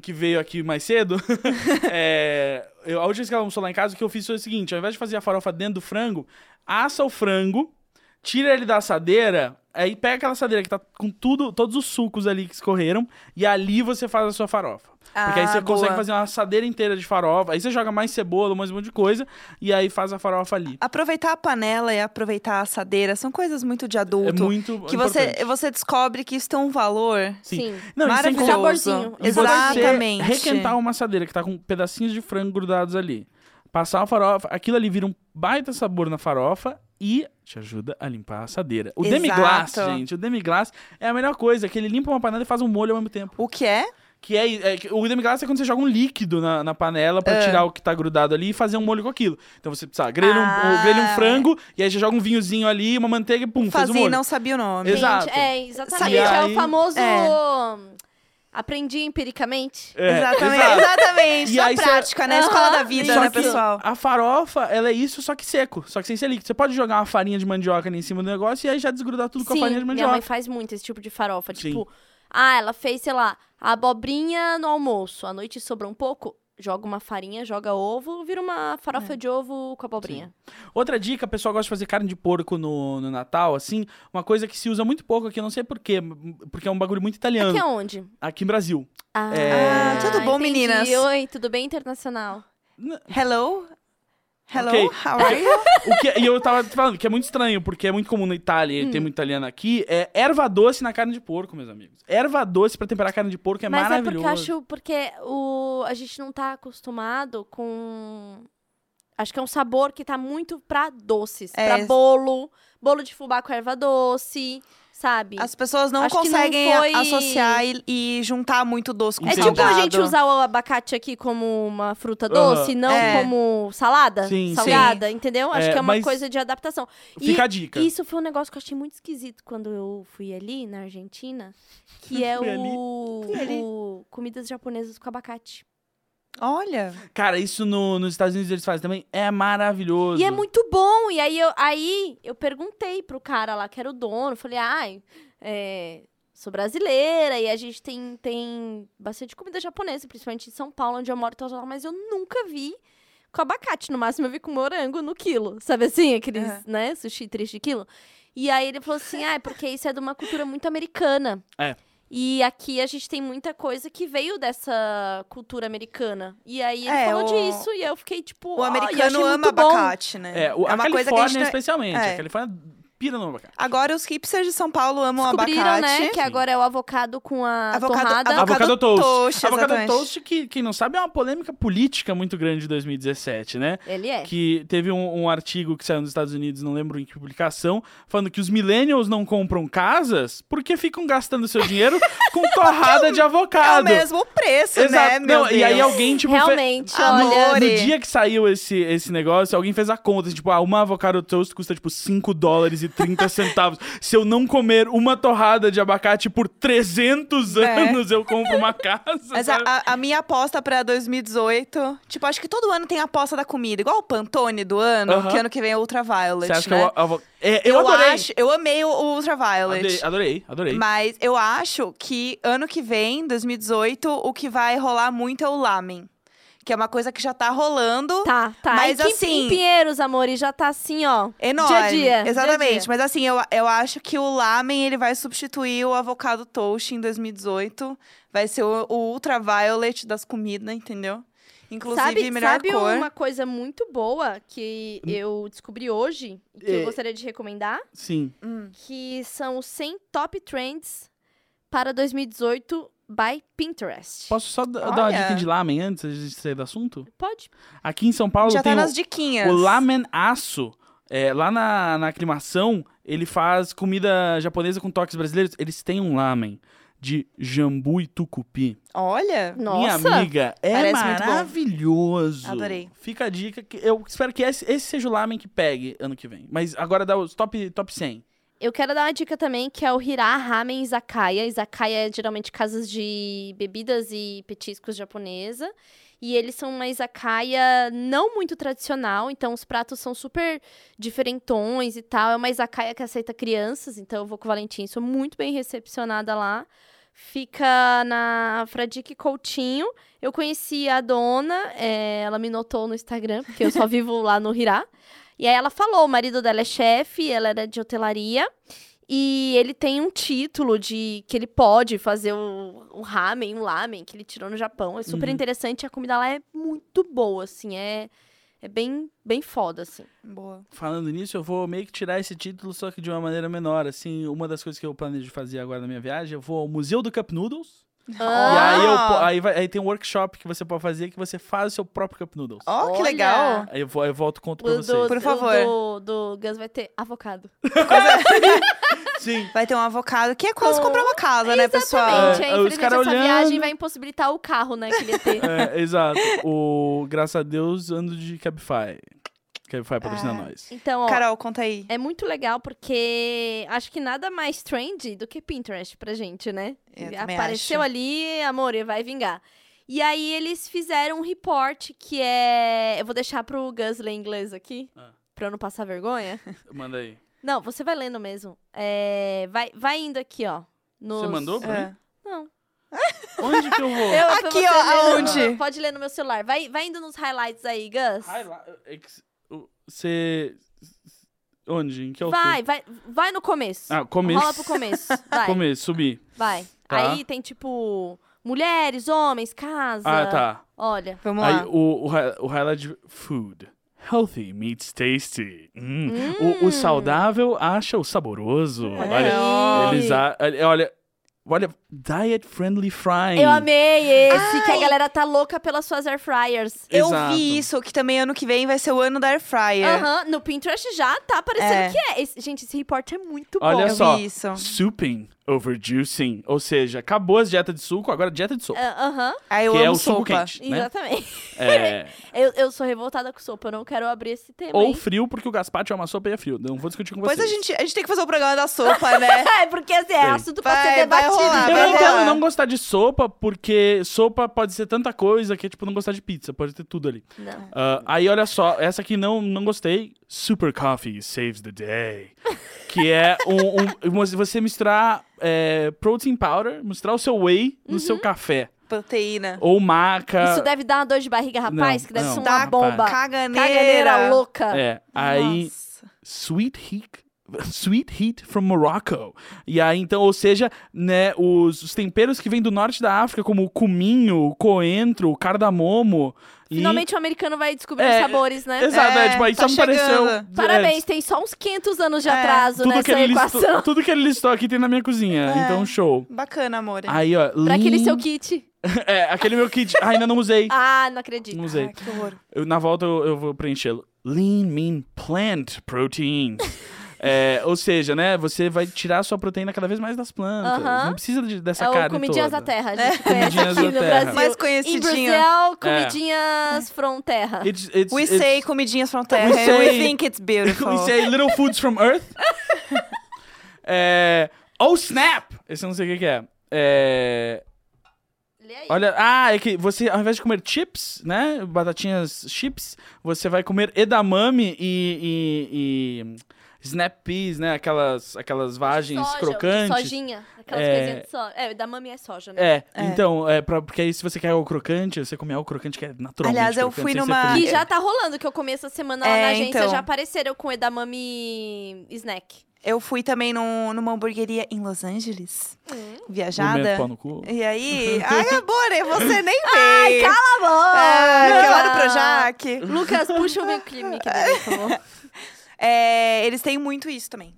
que veio aqui mais cedo, é, eu, a última vez que ela almoçou lá em casa, o que eu fiz foi o seguinte: ao invés de fazer a farofa dentro do frango, assa o frango, tira ele da assadeira, aí pega aquela assadeira que tá com tudo, todos os sucos ali que escorreram, e ali você faz a sua farofa. Porque aí
Ah,
você consegue
boa.
fazer uma assadeira inteira de farofa, aí você joga mais cebola, mais um monte de coisa, e aí faz a farofa ali.
Aproveitar a panela e aproveitar a assadeira são coisas muito de
É
adulto.
muito
que
importante.
você, você descobre que isso tem um valor.
Sim.
Sim.
Não, e sem
maravilhoso.
contar-
Saborzinho.
E você
Exatamente.
Requentar uma assadeira que tá com pedacinhos de frango grudados ali. Passar a farofa, aquilo ali vira um baita sabor na farofa e te ajuda a limpar a assadeira. O
Exato.
demi-glace, gente, o demi-glace é a melhor coisa, que ele limpa uma panela e faz um molho ao mesmo tempo.
O que é?
Que é, é que o demi-glace é quando você joga um líquido na, na panela
É.
pra tirar o que tá grudado ali e fazer um molho com aquilo. Então você precisa grelha um,
Ah,
grelha um
é.
frango e aí você joga um vinhozinho ali, uma manteiga e pum, faz o
Fazia e
molho.
não sabia o nome.
Exato.
é, exatamente.
Sabe-
é
E aí-
o famoso.
É.
Aprendi empiricamente.
É,
exatamente.
exato.
exatamente.
E
Só
aí cê-
prática, né? Escola da
Aham.
vida,
Só
né,
que
pessoal?
A farofa, ela é isso, só que seco, só que sem ser líquido. Você pode jogar uma farinha de mandioca ali em cima do negócio e aí já desgrudar tudo com a
Sim,
farinha de
minha mãe
mandioca.
faz muito esse tipo de farofa.
Sim.
Tipo, ah, ela fez, sei lá, abobrinha no almoço. À noite sobrou um pouco, joga uma farinha, joga ovo, vira uma
É.
farofa de ovo com abobrinha.
Outra dica, o pessoal gosta de fazer carne de porco no, no Natal, assim, uma coisa que se usa muito pouco aqui, eu não sei porquê, porque é um bagulho muito italiano.
Aqui
Aqui,
é onde?
um
no Brasil.
Ah,
É.
Ah, tudo bom,
entendi.
meninas?
Oi, tudo bem, internacional?
Hello? Hello?
Ok.
How are you?
O que, e eu tava te falando que é muito estranho, porque é muito comum na Itália, e tem
Hum.
muito italiano aqui, é erva doce na carne de porco, meus amigos. Erva doce pra temperar carne de porco é
Mas é porque
maravilhoso.
eu acho, porque o, a gente não tá acostumado com... Acho que é um sabor que tá muito pra doces,
É.
pra bolo, bolo de fubá com erva doce, sabe?
As pessoas não
Acho que não
conseguem
foi-
a- associar e, e juntar muito doce com
É
Entendi.
tipo a
salgado.
gente usar o abacate aqui como uma fruta
Aham.
doce, não
É.
como salada,
Sim, sim.
salgada, entendeu? Acho
É,
que é uma
mas-
coisa de adaptação. E
Fica a dica.
isso foi um negócio que eu achei muito esquisito quando eu fui ali na Argentina, que é
Fui ali.
o,
Fui ali.
o comidas japonesas com abacate.
Olha.
Cara, isso no- nos Estados Unidos eles fazem também, é maravilhoso.
E é muito bom. E aí eu, aí eu perguntei pro cara lá, que era o dono, falei, ai, é, sou brasileira e a gente tem, tem bastante comida japonesa, principalmente em São Paulo, onde eu moro, tal, tal, tal, mas eu nunca vi com abacate. No máximo eu vi com morango no quilo, sabe assim? Aqueles,
Aham.
né, sushi triste de quilo. E aí ele falou assim, ah, é porque isso é de uma cultura muito americana.
É.
E aqui a gente tem muita coisa que veio dessa cultura americana. E aí ele
É,
falou
o-
disso, e eu fiquei tipo.
O
"Ó", e eu achei
americano ama
muito bom.
abacate, né?
É, o- a
uma
Califórnia,
coisa que a gente não-
especialmente.
É.
A Califórnia pira no abacate.
Agora os hipsters de São Paulo amam
Descobriram,
um abacate.
né, que agora é o avocado com a
Avocado-
torrada.
avo- Avocado
toast.
toast,
avocado
exatamente.
toast, que quem não sabe, é uma polêmica política muito grande de 2017, né?
Ele é.
Que teve um, um artigo que saiu nos Estados Unidos, não lembro em que publicação, falando que os millennials não compram casas porque ficam gastando seu dinheiro com torrada de
É o
avocado.
mesmo preço, né,
Exato.
meu
não, e aí
Deus.
alguém, tipo, fe-
Realmente,
Ah,
olha.
não.
No
Amore.
dia que saiu esse, esse negócio, alguém fez a conta. assim, Tipo, ah, uma avocado toast custa, tipo, 5 dólares e 30 centavos. Se eu não comer uma torrada de abacate por 300
É.
anos, eu compro uma casa,
Mas é a,
sabe?
a- a minha aposta pra 2018, tipo, acho que todo ano tem a aposta da comida, igual o Pantone do ano,
Aham.
que ano que vem é Ultraviolet,
Você acha que
né?
eu, avo- É, eu, adorei.
acho, eu amei o o Ultraviolet.
Adorei, adorei, adorei.
Mas eu acho que ano que vem, 2018, o que vai rolar muito é o lamen. Que é uma coisa que já tá rolando.
Tá, tá.
Mas
E que-
assim-
Em Pinheiros, amores, já tá assim, ó.
Enorme.
Dia a dia.
Exatamente.
dia a dia.
Mas assim, eu, eu acho que o lamen ele vai substituir o avocado toast em 2018. Vai ser o, o ultraviolet das comidas, entendeu? Inclusive,
Sabe,
melhor
sabe
cor. Hum.
uma coisa muito boa que eu descobri hoje e que
É.
eu gostaria de recomendar?
Sim.
Hum.
Que são os 100 top trends para 2018 by Pinterest.
Posso só d- dar uma
Olha.
dica de lamen antes de gente sair do assunto?
Pode?
Aqui em São Paulo
Já
tem
tá
o-
nas diquinhas.
O lamen aço, é, lá na, na aclimação, ele faz comida japonesa com toques brasileiros. Eles têm um lamen de jambu e tucupi.
Olha.
Nossa.
Minha amiga, é
Parece muito bom.
maravilhoso.
Adorei.
Fica a dica. Que eu espero que esse, esse seja o lamen que pegue ano que vem. Mas agora dá os top, top 100.
Eu quero dar uma dica também, que é o Hirá Ramen Izakaya. Izakaya é geralmente casas de bebidas e petiscos japonesa. E eles são uma izakaya não muito tradicional, então os pratos são super diferentões e tal. É uma izakaya que aceita crianças, então eu vou com o Valentim, sou muito bem recepcionada lá. Fica na Fradique Coutinho. Eu conheci a dona, é, ela me notou no Instagram, porque eu só vivo lá no Hirá. E aí ela falou, o marido dela é chefe, ela era de hotelaria. E ele tem um título de que ele pode fazer o, o ramen, um lamen que ele tirou no Japão. É super
Uhum.
interessante, a comida lá é muito boa, assim, é, é bem, bem foda, assim.
Boa.
Falando nisso, eu vou meio que tirar esse título, só que de uma maneira menor. Assim, uma das coisas que eu planejo fazer agora na minha viagem, eu vou ao Museu do Cup Noodles. E
Ah,
aí, eu,
Ah!
po- aí, vai- aí tem um workshop que você pode fazer que você faz o seu próprio Cup Noodles.
Ó, que
Olha.
legal.
Aí eu, vou, eu volto e conto pra
o do,
vocês.
Por
o
favor.
Do, do Gus vai ter avocado.
Sim.
Vai ter um avocado, que é quase
Oh,
comprar uma casa, né, pessoal?
Exatamente,
É,
é,
os
infelizmente essa
cara olhando.
viagem vai impossibilitar o carro, né, que ele ia ter.
É, exato. O, graças a Deus, ando de Cabify. Cabify patrocina
Ah.
nós.
Então, ó,
Carol, conta aí.
É muito legal porque acho que nada mais trendy do que Pinterest pra gente, né?
É, Eu também
Apareceu
acho.
ali, amor, e vai vingar. E aí eles fizeram um report que é. Eu vou deixar pro Gus ler em inglês aqui,
Ah.
pra eu não passar vergonha.
Manda aí.
não, você vai lendo mesmo. É, Vai, vai indo aqui, ó. nos-
Você mandou pra
É.
mim?
Não.
Onde que eu vou?
Eu- foi
Aqui,
você
ó,
ler no-
aonde?
Pode ler no meu celular. Vai, vai indo nos highlights aí, Gus.
Ai, lá, é que c- o- Você... Onde? Em que altura?
Vai, vai, vai no começo.
Ah, começo.
Rola pro começo. Vai.
Começo, subi.
Vai.
Tá.
Aí tem tipo mulheres, homens, casa.
Ah, tá.
Olha.
Vamos
Aí
lá.
o, o, hi- o highlight de food. Healthy meets tasty. Hum. O, o
Hum.
saudável acha o saboroso.
É.
Olha,
Aí.
Eles a- olha- olha, olha, diet friendly frying.
Eu amei esse, que a
Ai.
galera tá louca pelas suas air fryers.
Eu
Exato.
vi isso, que também ano que vem vai ser o ano da Air
É.
Fryer.
Aham, no Pinterest já tá aparecendo
É.
que é. Esse- gente, esse report é muito
Olha
Eu
bom.
só,
vi isso.
souping over juicing, ou seja, acabou as dietas de suco, agora dieta de sopa,
Ah, Aham,
Aí eu
que
amo
é o suco
sopa.
quente, né?
exatamente.
É,
Eu, eu sou revoltada com sopa, eu não quero abrir esse tema.
ou
hein?
frio, porque o gazpacho é uma sopa e é frio, não vou discutir com
Depois a
vocês.
gente, a gente tem que fazer o programa da sopa, né?
É, porque assim, é
Bem.
assunto pra
Vai-
ser
vai
debatido.
rolar,
Eu
vai
entendeu?
rolar.
entendo não gostar de sopa, porque sopa pode ser tanta coisa que é tipo não gostar de pizza, pode ter tudo ali.
Não.
Ah, aí olha só, essa aqui não, não gostei, super coffee saves the day, que é um, um- você misturar é, protein powder, misturar o seu whey no seu café.
Proteína.
Ou maca.
Uhum. Isso deve dar uma dor de barriga, rapaz,
Não, É.
que deve
não,
ser uma
rapaz.
bomba.
Caganeira.
Caganeira louca.
É. Aí,
Nossa.
Sweet Heat Sweet Heat from Morocco. E aí, então, ou seja, né, os, os temperos que vêm do norte da África, como o cominho, o coentro, o cardamomo. e-
Finalmente o americano vai descobrir
É,
os sabores, né?
Exato, é,
É,
tipo, aí
tá
só me
chegando.
pareceu.
Parabéns,
é,
tem só uns 500 anos de
É,
atraso
tudo que,
nessa
ele
equação.
listou, tudo que ele listou aqui tem na minha cozinha.
É.
Então, show.
Bacana, amor.
Aí, ó.
Pra aquele
lim-
seu kit.
É, aquele meu kit. Ah, ainda não usei.
Ah, não acredito.
Não usei.
Ah, que horror.
Eu- na volta eu, eu vou preenchê-lo. Lean Mean Plant Proteins. É, ou seja, né? Você vai tirar a sua proteína cada vez mais das plantas.
Aham.
Não precisa de- dessa
é o
carne
Comidinhas
toda. É.
da Terra, a gente conhece
Comidinhas
aqui
da
no
Terra. É.
Brasil.
Mais
em
conhecidinha.
Brasil, comidinhas from terra.
It's, it's,
We
it's-
say comidinhas from terra. We,
We say-
think it's beautiful.
We say little foods from earth. é, oh, snap! Esse eu não sei o que que é. É,
Lê aí.
Olha, ah, é que você, ao invés de comer chips, né? Batatinhas chips, você vai comer edamame e. e, e snap peas, né? Aquelas, aquelas vagens
Soja,
crocantes.
Sojinha, aquelas
É.
coisinhas de soja. É, da mami é soja, né?
É,
É.
então, é pra, porque aí se você quer algo crocante, você come algo crocante que é natural.
Aliás, eu fui
É.
numa-
Que
Ah,
já tá rolando, que eu comi essa semana lá
É,
na agência,
então.
já apareceram com edamame snack.
Eu fui também num, numa hamburgueria em Los Angeles.
Jada.
Viajada.
Pau no cu.
E aí... Ai, amor, você nem veio.
Cala a boca!
É, calado pro Jaque.
Tá Lucas, puxa o meu clima aqui, dele, por favor.
É, eles têm muito isso também.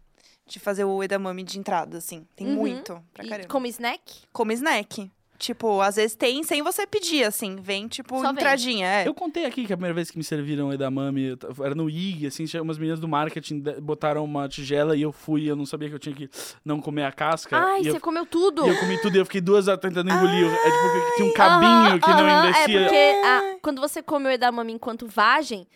De fazer o edamame de entrada, assim. Tem
Uhum.
muito, pra
E
caramba.
Como snack?
Como snack. Tipo, às vezes tem sem você pedir, assim. Vem, tipo,
Só vem.
entradinha. É.
Eu contei aqui que a primeira vez que me serviram edamame eu tava- era no IG, assim, tinha umas meninas do marketing de- botaram uma tigela e eu fui, eu não sabia que eu tinha que não comer a casca.
Ai,
e eu
você comeu tudo!
E eu comi tudo e eu fiquei duas horas tentando engolir. É tipo porque tinha um cabinho
Aham,
que não
aham,
descia.
É porque a- quando você come o edamame enquanto vagem,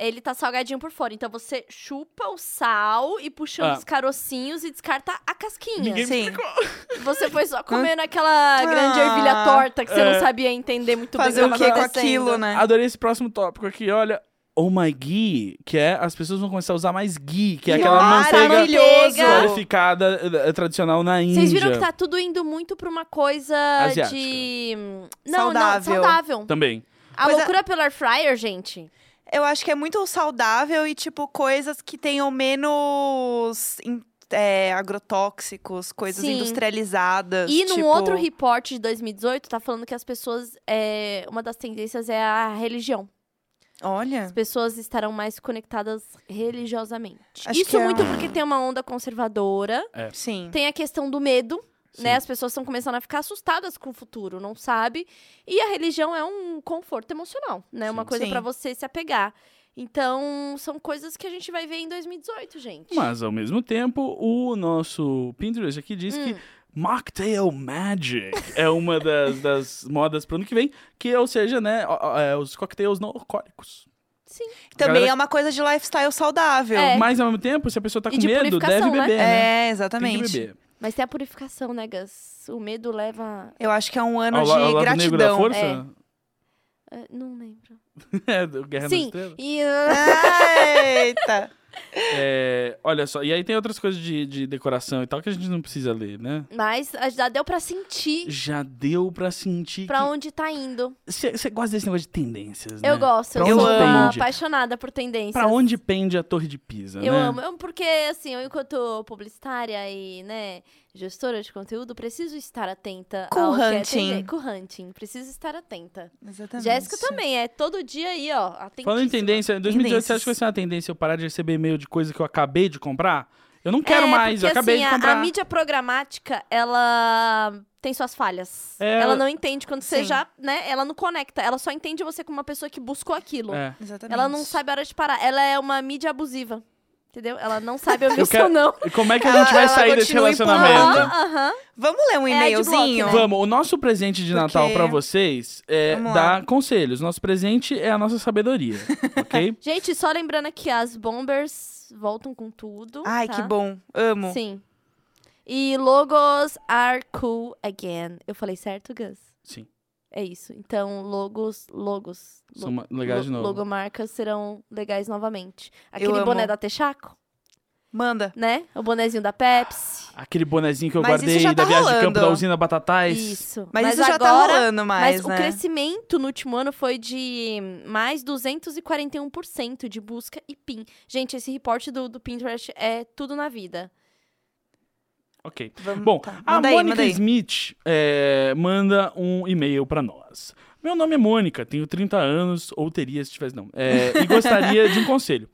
ele tá salgadinho por fora. Então você chupa o sal e puxando
Ah.
os carocinhos e descarta a casquinha.
Ninguém me
Sim.
explicou.
Você foi só comendo aquela grande
Ah.
ervilha torta que você
É.
não sabia entender muito
Fazer
bem
o
que é
que
tava
com
acontecendo.
aquilo, né?
Adorei esse próximo tópico aqui, olha. Oh my ghee, que é as pessoas vão começar a usar mais ghee, que é aquela
Nossa,
manteiga
maravilhoso!
clarificada eh, eh, tradicional na Índia.
Vocês viram que tá tudo indo muito pra uma coisa
Asiática.
de. hum, Não,
Saudável. é.
não, saudável.
Também.
A
Coisa-
loucura pelo air fryer, gente.
Eu acho que é muito saudável e, tipo, coisas que tenham menos in- é, agrotóxicos, coisas
Sim.
industrializadas.
E num
tipo...
outro report de 2018, tá falando que as pessoas. é, uma das tendências é a religião. As
Olha.
pessoas estarão mais conectadas religiosamente.
Acho que
Isso
é
muito
um-
porque tem uma onda conservadora,
Sim.
tem a questão do medo.
Sim.
né? As pessoas estão começando a ficar assustadas com o futuro, não sabe? E a religião é um conforto emocional, né? Uma
Sim.
coisa
Sim.
pra você se apegar. Então, são coisas que a gente vai ver em 2018, gente.
Mas, ao mesmo tempo, o nosso Pinterest aqui diz
Hum.
que Mocktail Magic é uma das, das modas pro ano que vem, que, ou seja, né, ó, ó, é, os coquetéis não alcoólicos.
Sim.
Também
Galera-
é uma coisa de lifestyle saudável.
É.
Mas ao mesmo tempo, se a pessoa tá
E
com
de
medo, deve
purificação, né?
beber, né?
É,
Tem que
exatamente.
beber.
Mas tem a purificação, né, Gas? O medo leva.
Eu acho que é um ano
Ao, la- ao
de
lado negro da
gratidão.
força? né?
É, não lembro.
É, do Guerra nas
Sim.
Estrelas.
E,
Eita!
É, olha só, e aí tem outras coisas de, de decoração e tal que a gente não precisa ler, né?
mas a- já deu pra sentir
Já deu pra sentir
pra onde tá indo.
Você gosta desse negócio de tendências, né?
Eu gosto,
Pra
eu
onde
sou uma
pende?
apaixonada por tendências.
Pra onde pende a Torre de Pisa,
Eu
né?
amo, eu, porque assim, eu enquanto publicitária e, né, gestora de conteúdo, preciso estar atenta
Com
ao que é
hunting.
tendê- com hunting, preciso estar atenta.
Exatamente.
Jéssica também, é todo dia aí, ó, atenta.
Falando em tendência, em 2018 você
Tendências.
acha que vai ser uma tendência eu parar de receber e-mail de coisa que eu acabei de comprar? Eu não quero
é,
mais,
porque,
eu acabei
assim,
de
a-
comprar.
A, mídia programática, ela tem suas falhas.
É,
ela não entende quando você
sim.
já, né, ela não conecta, ela só entende você como uma pessoa que buscou aquilo.
É.
Exatamente.
Ela não sabe a hora de parar, ela é uma mídia abusiva. Entendeu? Ela não sabe ouvir
Eu
o seu
quero- tá
não.
E como é que a
Ela-
gente vai
ela
sair desse
continua empurrando.
relacionamento?
Aham, aham.
Vamos ler um
É,
e-mailzinho?
adblock, né?
Vamos, o nosso presente de Natal
Porque-
pra vocês é
Vamos
dar conselhos. Nosso presente é a nossa sabedoria, ok?
Gente, só lembrando que as bombers voltam com tudo.
Ai,
tá?
que bom. Amo.
Sim. E logos are cool again. Eu falei certo, Gus?
Sim,
É isso. Então, logos, logos. lo-
são ma- legais de
lo-
novo.
Logomarcas serão legais novamente.
Eu
Aquele boné
amo.
da Texaco,
Manda.
né? O bonezinho da Pepsi.
Aquele bonezinho que eu
Mas isso
guardei
já tá
da viagem de campo
rolando.
da usina Batatais.
Isso.
Mas, isso já tá
agora-
rolando mais,
Mas o
né?
crescimento no último ano foi de mais 241% de busca e PIN. Gente, esse reporte do, do Pinterest é tudo na vida.
Ok.
Vamos-
Bom,
tá.
a
Manda aí,
Mônica
manda aí.
Smith é, manda um e-mail pra nós. Meu nome é Mônica, tenho 30 anos, ou teria se tivesse não, é, e gostaria de um conselho.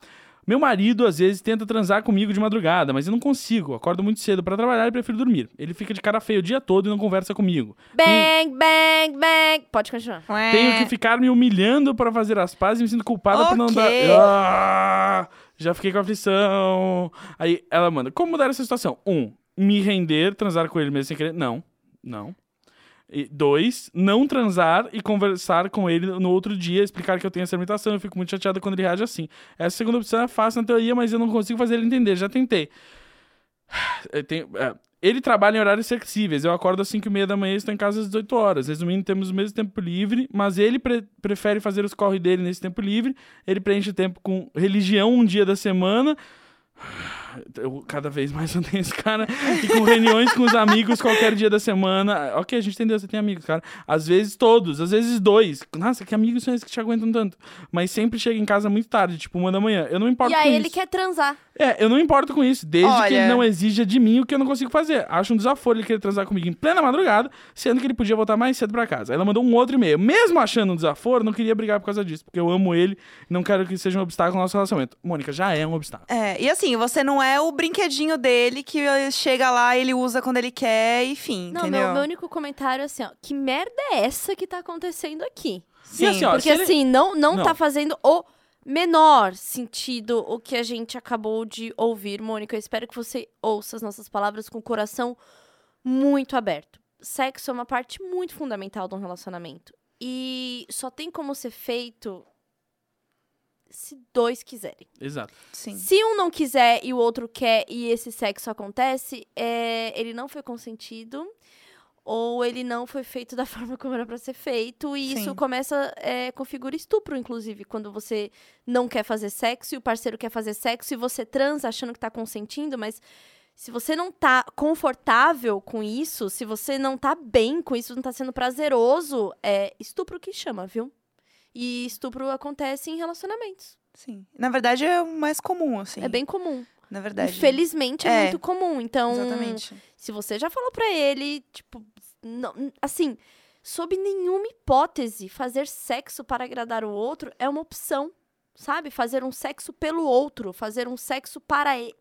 Meu marido às vezes tenta transar comigo de madrugada, mas eu não consigo. Acordo muito cedo pra trabalhar e prefiro dormir. Ele fica de cara feia o dia todo e não conversa comigo.
Bang, bang, bang. Pode continuar.
É.
Tenho que ficar me humilhando pra fazer as pazes e me sinto culpada por não dar.
Ok.
Ah, já fiquei com aflição. Aí ela manda: Como mudar essa situação? Um, me render, transar com ele mesmo sem querer. Não, não. E dois, não transar e conversar com ele no outro dia, explicar que eu tenho essa limitação. Eu fico muito chateada quando ele reage assim. Essa segunda opção é fácil na teoria, mas eu não consigo fazer ele entender. Já tentei. Eu tenho- é, ele trabalha em horários flexíveis. Eu acordo às 5 e meia da manhã e estou em casa às 18 horas. Resumindo, temos o mesmo tempo livre, mas ele pre- prefere fazer os corre dele nesse tempo livre. Ele preenche o tempo com religião um dia da semana. Eu cada vez mais odeio esse cara. E com reuniões com os amigos qualquer dia da semana. Ok, a gente entendeu, você tem amigos, cara. Às vezes todos, às vezes dois. Nossa, que amigos são esses que te aguentam tanto. Mas sempre chega em casa muito tarde, tipo uma da manhã. Eu não importo
e aí
com
ele
isso.
quer transar.
É, eu não importo com isso, desde que
Olha.
ele não exija de mim o que eu não consigo fazer. Acho um desaforo ele querer transar comigo em plena madrugada, sendo que ele podia voltar mais cedo pra casa. Ela mandou um outro e-mail. Mesmo achando um desaforo, não queria brigar por causa disso, porque eu amo ele e não quero que seja um obstáculo ao nosso relacionamento. Mônica, já é um obstáculo.
É, e assim, você não é o brinquedinho dele que eh, chega lá, ele usa quando ele quer, enfim,
Não,
entendeu?
meu, meu único comentário é assim, ó. Que merda é essa que tá acontecendo aqui?
Sim.
E assim, ó,
Porque
se ele-
assim, não, não,
Não.
tá fazendo o menor sentido o que a gente acabou de ouvir, Mônica. Eu espero que você ouça as nossas palavras com o coração muito aberto. Sexo é uma parte muito fundamental de um relacionamento. E só tem como ser feito se dois quiserem.
Exato.
Sim.
Se um não quiser e o outro quer e esse sexo acontece, é, ele não foi consentido ou ele não foi feito da forma como era pra ser feito. E isso
Sim.
começa, é, configura estupro, inclusive, quando você não quer fazer sexo e o parceiro quer fazer sexo e você transa achando que tá consentindo, mas se você não tá confortável com isso, se você não tá bem com isso, não tá sendo prazeroso, é estupro que chama, viu? E estupro acontece em relacionamentos.
Sim. Na verdade, é o mais comum, assim.
É bem comum.
Na verdade.
Infelizmente é,
É.
muito comum. Então,
Exatamente.
se você já falou pra ele, tipo, não, assim, sob nenhuma hipótese, fazer sexo para agradar o outro é uma opção, sabe? Fazer um sexo pelo outro, fazer um sexo para ele.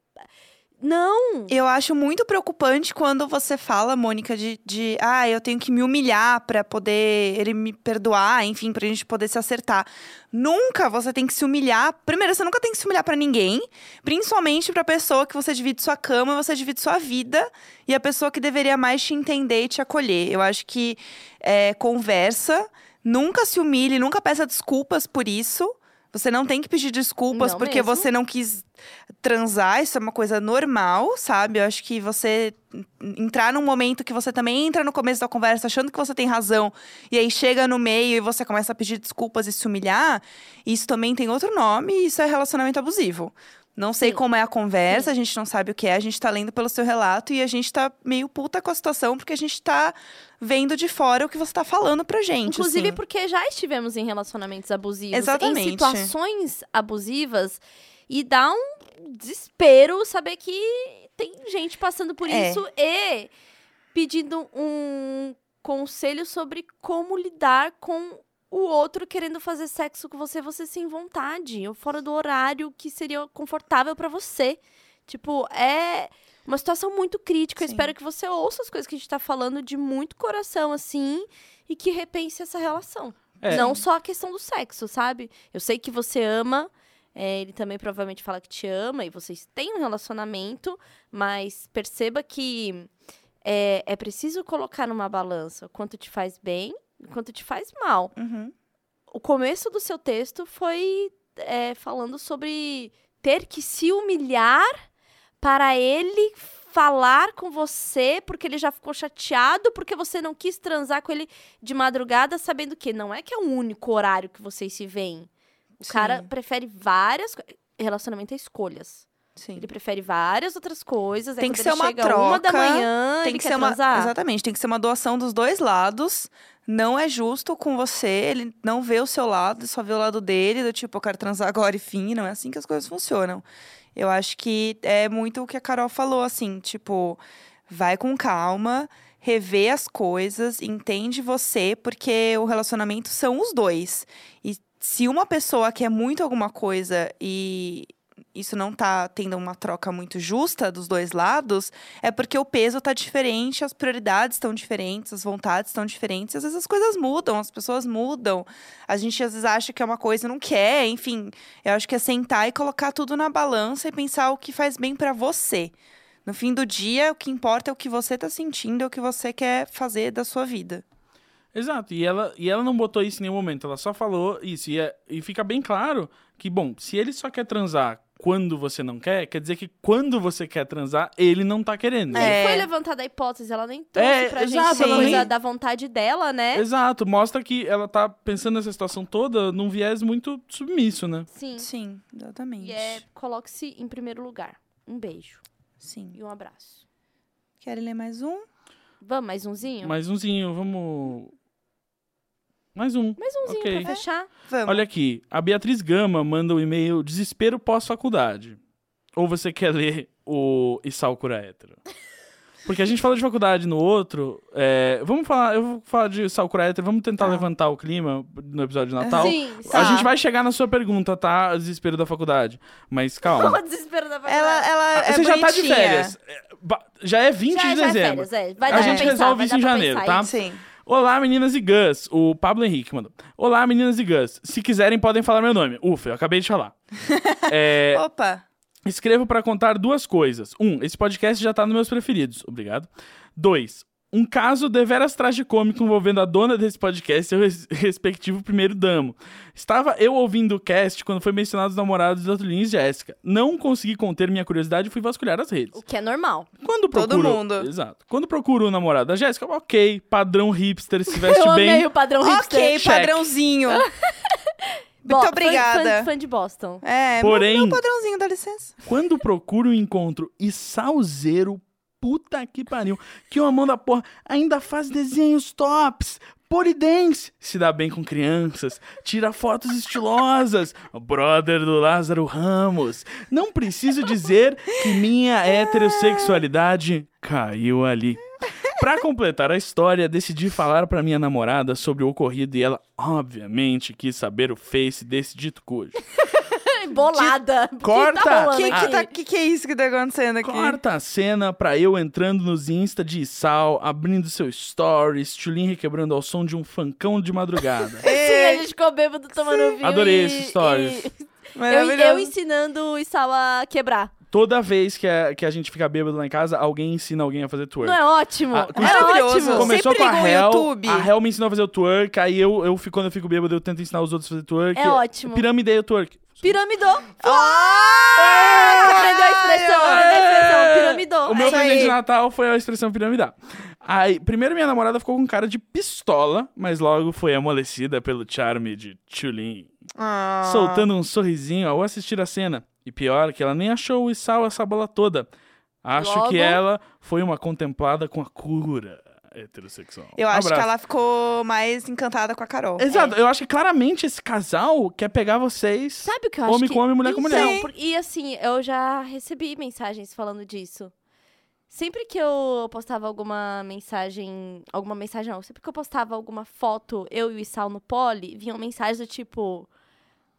Não,
Eu acho muito preocupante quando você fala, Mônica, de, de ah, eu tenho que me humilhar pra poder ele me perdoar, enfim, pra gente poder se acertar. Nunca você tem que se humilhar. Primeiro, você nunca tem que se humilhar pra ninguém, principalmente pra pessoa que você divide sua cama, você divide sua vida e a pessoa que deveria mais te entender e te acolher. Eu acho que é, conversa, nunca se humilhe, nunca peça desculpas por isso. Você não tem que pedir desculpas
Não
porque
mesmo.
você não quis transar, isso é uma coisa normal, sabe? Eu acho que você n- entrar num momento que você também entra no começo da conversa achando que você tem razão e aí chega no meio e você começa a pedir desculpas e se humilhar, isso também tem outro nome e isso é relacionamento abusivo. Não sei
Sim.
como é a conversa, a gente não sabe o que é, a gente tá lendo pelo seu relato e a gente tá meio puta com a situação porque a gente tá vendo de fora o que você tá falando pra gente.
Inclusive
assim.
porque já estivemos em relacionamentos abusivos, em
Exatamente.
situações abusivas e dá um desespero saber que tem gente passando por
É.
isso e pedindo um conselho sobre como lidar com o outro querendo fazer sexo com você, você sem vontade, ou fora do horário que seria confortável pra você. Tipo, é uma situação muito crítica. Eu
Sim.
espero que você ouça as coisas que a gente tá falando de muito coração, assim, e que repense essa relação.
É.
Não só a questão do sexo, sabe? Eu sei que você ama, é, ele também provavelmente fala que te ama, e vocês têm um relacionamento, mas perceba que é, é preciso colocar numa balança o quanto te faz bem e o quanto te faz mal
Uhum.
o começo do seu texto foi é, falando sobre ter que se humilhar para ele falar com você, porque ele já ficou chateado, porque você não quis transar com ele de madrugada, sabendo que não é que é o único horário que vocês se veem. O
Sim.
cara prefere várias. co- Relacionamento é escolhas.
Sim.
Ele prefere várias outras coisas. aí
Tem
quando
que
ele
ser uma
chega Uma da
troca,
manhã,
Tem
ele
que
quer
ser uma,
transar.
exatamente, tem que ser uma doação dos dois lados. Não é justo com você, ele não vê o seu lado, só vê o lado dele, do tipo, eu quero transar agora e fim, não é assim que as coisas funcionam. Eu acho que é muito o que a Carol falou, assim, tipo, vai com calma, revê as coisas, entende você, porque o relacionamento são os dois. E se uma pessoa quer muito alguma coisa e isso não tá tendo uma troca muito justa dos dois lados, é porque o peso tá diferente, as prioridades estão diferentes, as vontades estão diferentes, e às vezes as coisas mudam, as pessoas mudam. A gente às vezes acha que é uma coisa e não quer, enfim. Eu acho que é sentar e colocar tudo na balança e pensar o que faz bem pra você. No fim do dia, o que importa é o que você tá sentindo, é o que você quer fazer da sua vida.
Exato, e ela, e ela não botou isso em nenhum momento, ela só falou isso. E, é- e fica bem claro que, bom, se ele só quer transar quando você não quer, quer dizer que quando você quer transar, ele não tá querendo.
É.
Nem foi levantada a hipótese, ela nem trouxe
É,
pra gente
exato,
essa
ela
coisa
nem-
da vontade dela,
É?
né?
Exato, mostra que ela tá pensando nessa situação toda num viés muito submisso, né?
Sim.
Sim, exatamente.
Uhum. E é, coloque-se em primeiro lugar. Um beijo
Sim.
e um abraço.
Quer ler mais um?
Vamos, mais umzinho?
Mais umzinho, vamos. Mais um.
Mais umzinho
Ok.
pra fechar.
Vamos.
Olha aqui, a Beatriz Gama manda o e-mail desespero pós-faculdade. Ou você quer ler o Isal Cura Hétero? Porque a gente falou de faculdade no outro. é, vamos falar, eu vou falar de Isal Cura Hétero, vamos tentar
Tá.
levantar o clima no episódio de Natal.
Sim,
A
Tá.
sim.
gente vai chegar na sua pergunta, tá? Desespero da faculdade. Mas calma.
O desespero da faculdade.
Ela, ela é
você já tá de
bonitinha.
férias. É, ba- Já é 20
Ah, já,
de
já é
dezembro.
férias, é. Vai
A
dar pra
gente
pensar,
resolve
vai
isso
dar
em
pra
janeiro,
pensar
tá?
isso.
Sim.
Olá, meninas e Gus. O Pablo Henrique mandou. Olá, meninas e Gus. Se quiserem, podem falar meu nome. Ufa, eu acabei de falar. É,
Opa.
escrevo pra contar duas coisas. Um, esse podcast já tá nos meus preferidos. Obrigado. Dois, um caso deveras tragicômico envolvendo a dona desse podcast e o res- respectivo primeiro damo. Estava eu ouvindo o cast quando foi mencionado os namorados da Tulin e Jéssica. Não consegui conter minha curiosidade e fui vasculhar as redes.
O que é normal.
Quando
Todo
procuro,
mundo.
Exato. Quando procuro o namorado da Jéssica, ok, padrão hipster, se veste
Eu
bem.
amei o padrão hipster.
Ok,
check.
padrãozinho.
Bo-
Muito
fã-
obrigada.
Fã, fã de Boston.
É,
Porém-
meu padrãozinho, dá licença.
Quando procuro o encontro e salzeiro, puta que pariu, que uma mão da porra ainda faz desenhos tops, polidense, se dá bem com crianças, tira fotos estilosas, brother do Lázaro Ramos. Não preciso dizer que minha heterossexualidade caiu ali. Pra completar a história, decidi falar pra minha namorada sobre o ocorrido e ela, obviamente, quis saber o face desse dito cujo.
Bolada. O que
Corta!
Tá rolando
O que, que,
aqui?
tá, que, que é isso que tá acontecendo aqui?
Corta a cena pra eu entrando nos Insta de Sal, abrindo seu stories, Tulin requebrando ao som de um fancão de madrugada.
Sim, a
É,
gente ficou bêbado tomando vinho.
Adorei
e-
esses stories.
e- Eu,
maravilhoso.
eu ensinando o Isal a quebrar.
Toda vez que a, que a gente fica bêbado lá em casa, alguém ensina alguém a fazer twerk.
Não é ótimo?
Ah, com
é
certeza.
ótimo.
Como é-
Começou
Sempre
com a
ligou o
Hel,
YouTube.
a Hel me ensinou a fazer o twerk, aí eu, eu fico, quando eu fico bêbado, eu tento ensinar os outros a fazer twerk.
É ótimo.
Piramidei o twerk.
Piramidou.
Ah!
Aprendeu a expressão. Aprendeu a expressão. Piramidou.
O meu
É isso
presente
aí.
de Natal foi a expressão piramidal. Aí, primeiro minha namorada ficou com cara de pistola, mas logo foi amolecida pelo charme de Tulin.
Ah.
soltando um sorrisinho ao assistir a cena. E pior, que ela nem achou o Isao essa bola toda. Acho
Logo-
que ela foi uma contemplada com a cura heterossexual. Um
Eu acho que
Abraço.
ela ficou mais encantada com a Carol.
é.
Exato, eu acho que claramente esse casal quer pegar vocês.
Sabe o que eu
Homem
acho que...
com homem, mulher com mulher.
Então, por- E assim, eu já recebi mensagens falando disso. Sempre que eu postava alguma mensagem... Alguma mensagem, não. Sempre que eu postava alguma foto, eu e o Isal no pole, vinham mensagens do tipo...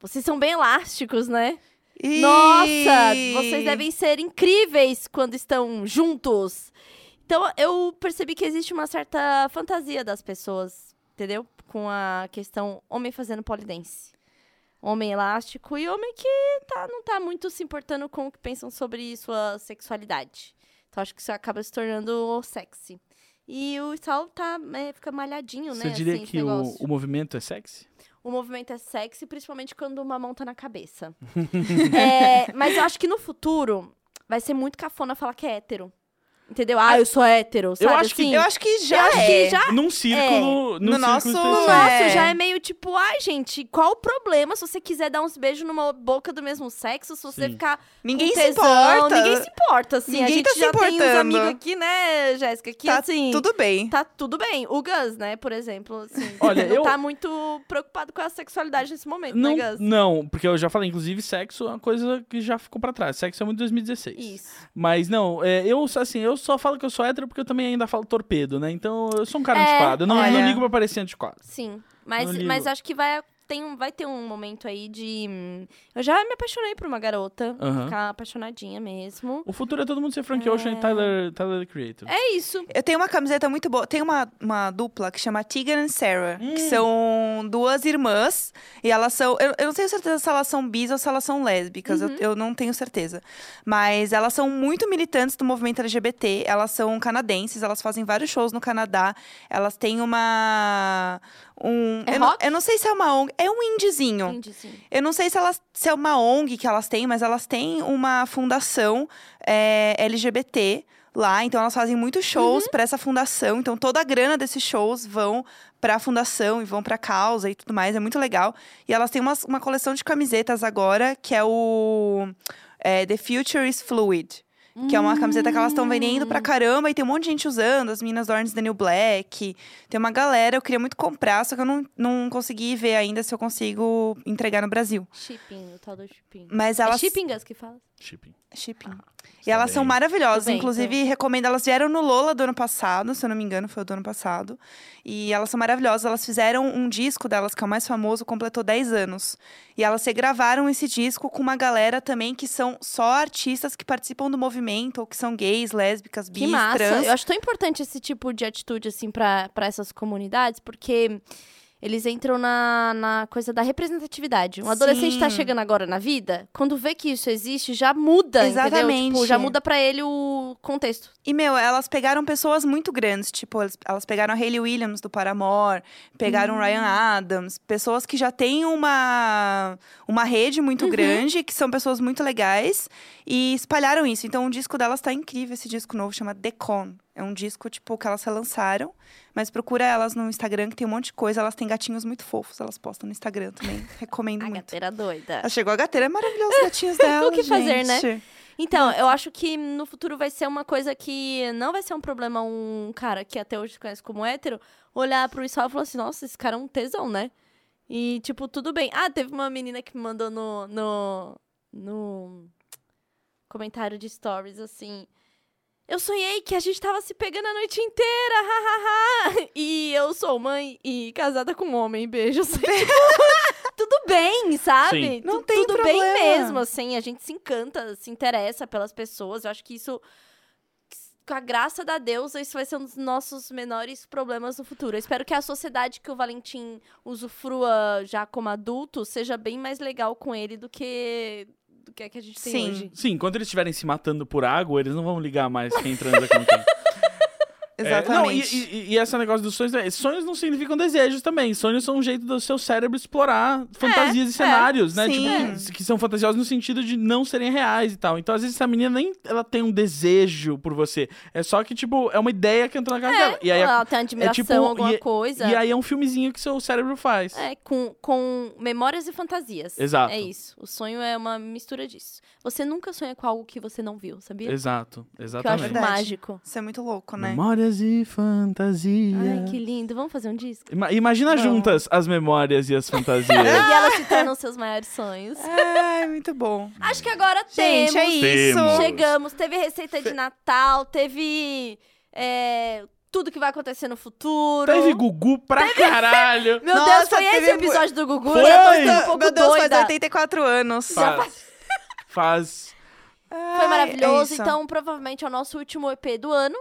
Vocês são bem elásticos, né?
Ih!
Nossa, vocês devem ser incríveis quando estão juntos. Então, eu percebi que existe uma certa fantasia das pessoas, entendeu? Com a questão homem fazendo polidense. Homem elástico e homem que tá, não tá muito se importando com o que pensam sobre sua sexualidade. Então, acho que isso acaba se tornando sexy. E o sal tá, é, fica malhadinho,
Você
né?
diria
assim, esse
que o,
negócio.
o movimento é sexy?
O movimento é sexy, principalmente quando uma mão tá na cabeça. É, mas eu acho que no futuro vai ser muito cafona falar que é hétero. Entendeu? Ah, eu sou hétero, sabe?
acho que-
assim?
Eu acho que já
acho
é.
que já
Num círculo.
No
Num círculo
nosso-
específico.
É.
Nossa, já é meio tipo, ai, gente, qual o problema se você quiser dar uns beijos numa boca do mesmo sexo, se você
Sim.
ficar
Ninguém
com
se
tesão,
importa.
Ninguém se importa, assim. a
Ninguém
gente
tá se
já tem uns
importando.
amigos aqui, né, Jéssica, que
Tá
assim...
tudo bem.
Tá tudo bem. O Gus, né, por exemplo, assim,
Olha,
não
eu-
tá muito preocupado com a sexualidade nesse momento,
Não,
né, Gus?
não, porque eu já falei, inclusive, sexo é uma coisa que já ficou pra trás. Sexo é muito 2016.
Isso.
Mas não, é, eu assim, eu só falo que eu sou hétero porque eu também ainda falo torpedo, né? Então eu sou um cara
É,
antiquado. Eu não, eu não
olha.
ligo pra parecer antiquado.
Sim.
Então,
Mas,
Não ligo.
mas acho que vai, tem um, vai ter um momento aí de... hum, Eu já me apaixonei por uma garota.
Aham.
Ficar apaixonadinha mesmo.
O futuro é todo mundo ser Frank Ocean e Tyler, Tyler the Creator.
É isso.
Eu tenho uma camiseta muito boa. Tem uma, uma dupla que chama Tegan e Sarah, que
Hum.
são duas irmãs. E elas são. Eu, eu não tenho certeza se elas são bis ou se elas são lésbicas.
Uhum.
eu- Eu, não tenho certeza. Mas elas são muito militantes do movimento LGBT. Elas são canadenses, elas fazem vários shows no Canadá. Elas têm uma. Um,
É
eu, não,
rock?
eu não sei se é uma ONG. É um indizinho.
Entendi, sim.
Eu não sei se, elas, se é uma ONG que elas têm, mas elas têm uma fundação é, LGBT lá. Então elas fazem muitos shows pra essa fundação. Então toda a grana desses shows vão pra fundação e vão pra causa e tudo mais. É muito legal. E elas têm umas- uma coleção de camisetas agora que é o é, The Future is Fluid. Que é uma camiseta que elas estão vendendo pra caramba e tem um monte de gente usando. As meninas do Orange Daniel Black. Tem uma galera, eu queria muito comprar, só que eu não, não consegui ver ainda se eu consigo entregar no Brasil.
Shipping, o tal do shipping.
Mas elas. É
É shipping Gus que fala?
Shipping.
Shipping. E elas são maravilhosas.
Tudo bem,
Inclusive, recomendo. Elas vieram no Lola do ano passado, se eu não me engano, foi o do ano passado. E elas são maravilhosas. Elas fizeram um disco delas, que é o mais famoso, completou 10 anos. E elas regravaram esse disco com uma galera também que são só artistas que participam do movimento, ou que são gays, lésbicas,
Que
bis,
massa.
trans.
Eu acho tão importante esse tipo de atitude, assim, pra, pra essas comunidades, porque eles entram na, na coisa da representatividade. Um adolescente tá
Sim.
chegando agora na vida, quando vê que isso existe, já muda, entendeu? Tipo,
Exatamente.
já muda pra ele o contexto.
E, meu, elas pegaram pessoas muito grandes. Tipo, elas, elas pegaram a Hayley Williams do Paramore,
Hum.
pegaram o Ryan Adams, pessoas que já têm uma, uma rede
Uhum.
muito grande, que são pessoas muito legais, e espalharam isso. Então, o disco delas tá incrível, esse disco novo, chama Decon. É um disco, tipo, que elas relançaram, mas procura elas no Instagram, que tem um monte de coisa. Elas têm gatinhos muito fofos, elas postam no Instagram também. Recomendo
A
muito.
gateira doida.
Ela chegou a gateira, é maravilhosa, os gatinhos dela.
que fazer, né?
gente.
Então, eu acho que no futuro vai ser uma coisa que não vai ser um problema um cara que até hoje se conhece como hétero olhar pro Israel e falar assim, nossa, esse cara é um tesão, né? E, tipo, tudo bem. Ah, teve uma menina que me mandou no, no, no comentário de stories, assim... Eu sonhei que a gente tava se pegando a noite inteira, hahaha. E eu sou mãe e casada com um homem, beijos. Tipo, tudo bem, sabe?
Sim.
Tu-
Não tem
Tudo
problema.
bem mesmo, assim. A gente se encanta, se interessa pelas pessoas. Eu acho que isso, com a graça da deusa, isso vai ser um dos nossos menores problemas no futuro. Eu espero que a sociedade que o Valentim usufrua já como adulto seja bem mais legal com ele do que, do que a que a gente tem
Sim.
hoje.
Sim, enquanto eles estiverem se matando por água, eles não vão ligar mais quem transa com quem. É, não, e,
Exatamente.
e, e esse negócio dos sonhos, né? sonhos não significam desejos também. Sonhos são um jeito do seu cérebro explorar
É,
fantasias e cenários, né?
sim.
Tipo, que são fantasiosos no sentido de não serem reais e tal. Então, às vezes, essa menina nem ela tem um desejo por você. É só que, tipo, é uma ideia que entrou na cabeça dela. E aí,
Ela tem admiração,
tipo,
alguma
e-
coisa.
e aí é um filmezinho que seu cérebro faz.
É, com, com memórias e fantasias.
Exato.
É isso. O sonho é uma mistura disso. Você nunca sonha com algo que você não viu, sabia?
Exato,
que eu acho
exatamente.
Verdade.
mágico.
Isso é muito louco, né?
Memórias e fantasia.
Ai, que lindo. Vamos fazer um disco?
Ima- Imagina
Não.
juntas as memórias e as
Ah!
E
fantasias.
elas se tornam seus maiores sonhos.
Ai, muito bom.
Ah, Acho que agora
Gente,
temos.
é isso.
Temos.
Chegamos. Teve receita de Natal, teve é, tudo que vai acontecer no futuro.
Teve Gugu pra caralho.
Meu
Nossa,
Deus, foi esse
teve mu-
episódio do Gugu.
Foi!
Eu já tô ficando um pouco
Meu Deus,
doida.
faz 84 anos.
Faz. Faz.
Ai,
Foi
é
maravilhoso.
isso.
então, provavelmente é o nosso último EP do ano.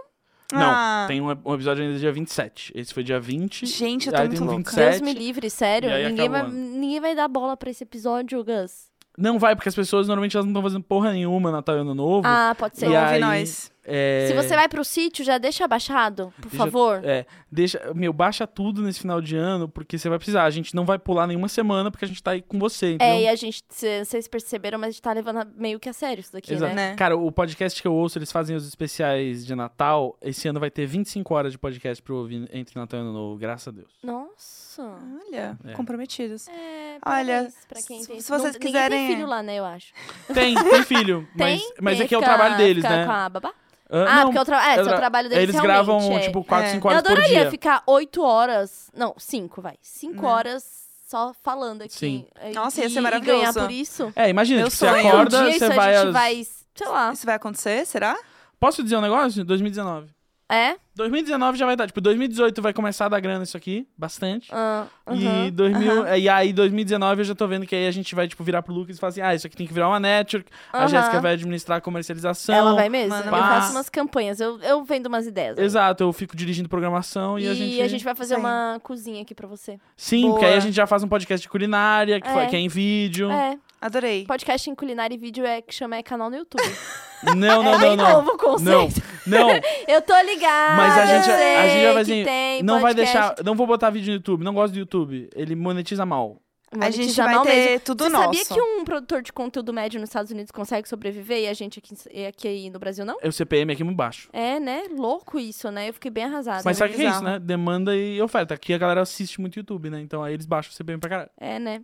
Não,
Ah.
tem um ep- um episódio ainda dia 27. Esse foi dia 20.
Gente, eu tô
aí
muito
tem um
louca.
27.
Deus me livre, sério.
E aí
Ninguém vai,
acaba o ano.
ninguém vai dar bola pra esse episódio, Gus.
Uhum.
Não vai, porque as pessoas normalmente elas não estão fazendo porra nenhuma Natal e Ano Novo.
Ah, pode ser.
Não
E
ouve
aí-
nós.
É,
Se você vai pro sítio, já deixa abaixado, por
Deixa-
favor.
É, deixa, meu, baixa tudo nesse final de ano, porque você vai precisar. A gente não vai pular nenhuma semana, porque a gente tá aí com você, entendeu?
É, e a gente, cê- vocês perceberam, mas a gente tá levando a- meio que a sério isso daqui,
Exato.
né?
né?
Cara, o podcast que eu ouço, eles fazem os especiais de Natal. Esse ano vai ter 25 horas de podcast pra eu ouvir entre Natal e Ano Novo, graças a Deus.
Nossa.
Olha,
É.
comprometidos.
É,
Olha,
parabéns pra quem
se-
tem-
se vocês
Não- ninguém
quiserem-
tem filho lá, né, eu acho.
Tem, tem filho. mas
tem?
mas
Tem,
é que é o
fica-
trabalho deles,
fica
né?
Com a babá?
Ah,
Ah,
não,
porque é o, tra... é,
é
esse é o
tra-
trabalho deles
eles
realmente,
gravam,
é.
tipo, 4,
É.
5
Eu
horas por
adoraria
dia.
ficar oito horas... Não, cinco, vai. Cinco
Né?
horas só falando aqui.
Sim.
É,
Nossa, ia
e-
ser
E ganhar
maravilhoso.
por isso.
É, imagina,
Meu
tipo, você
sonho.
acorda,
um dia
você
isso
vai,
a gente
às-
vai... Sei lá.
Isso vai acontecer, será?
Posso dizer um negócio? 2019.
É?
2019 já vai dar. Tipo, 2018 vai começar a dar grana isso aqui, bastante.
Ah,
E,
aham.
2000,
aham.
e aí, 2019, eu já tô vendo que aí a gente vai, tipo, virar pro Lucas e falar assim: ah, isso aqui tem que virar uma network, a
Aham.
Jéssica vai administrar a comercialização.
Ela vai mesmo?
Mano,
eu
pá.
faço umas campanhas, eu, eu vendo umas ideias. aí.
Exato, eu fico dirigindo programação e,
E,
a gente.
vai fazer
Sim.
uma cozinha aqui pra você.
Sim,
Boa.
porque aí a gente já faz um podcast de culinária, que, fa-
É.
que é em vídeo.
É,
Adorei.
podcast em culinária e vídeo é que chama é canal no YouTube.
Não, não, não,
é
não.
novo conceito.
Não, não,
Eu tô ligada.
Mas a gente-
eu sei
a gente vai
que
fazer-
tem
não vai
podcast.
deixar. Não vou botar vídeo no YouTube, não gosto do YouTube. Ele monetiza mal.
A
Monetizar
gente vai
mal
ter
mesmo.
tudo
Você
nosso.
sabia que um produtor de conteúdo médio nos Estados Unidos consegue sobreviver e a gente aqui, e aqui no Brasil não?
É o CPM aqui muito baixo.
É, né? Louco isso, né? Eu fiquei bem arrasada.
Mas sabe o que é isso,
bizarro.
né? Demanda e oferta. Aqui a galera assiste muito YouTube, né? Então aí eles baixam o CPM pra caralho.
É, né?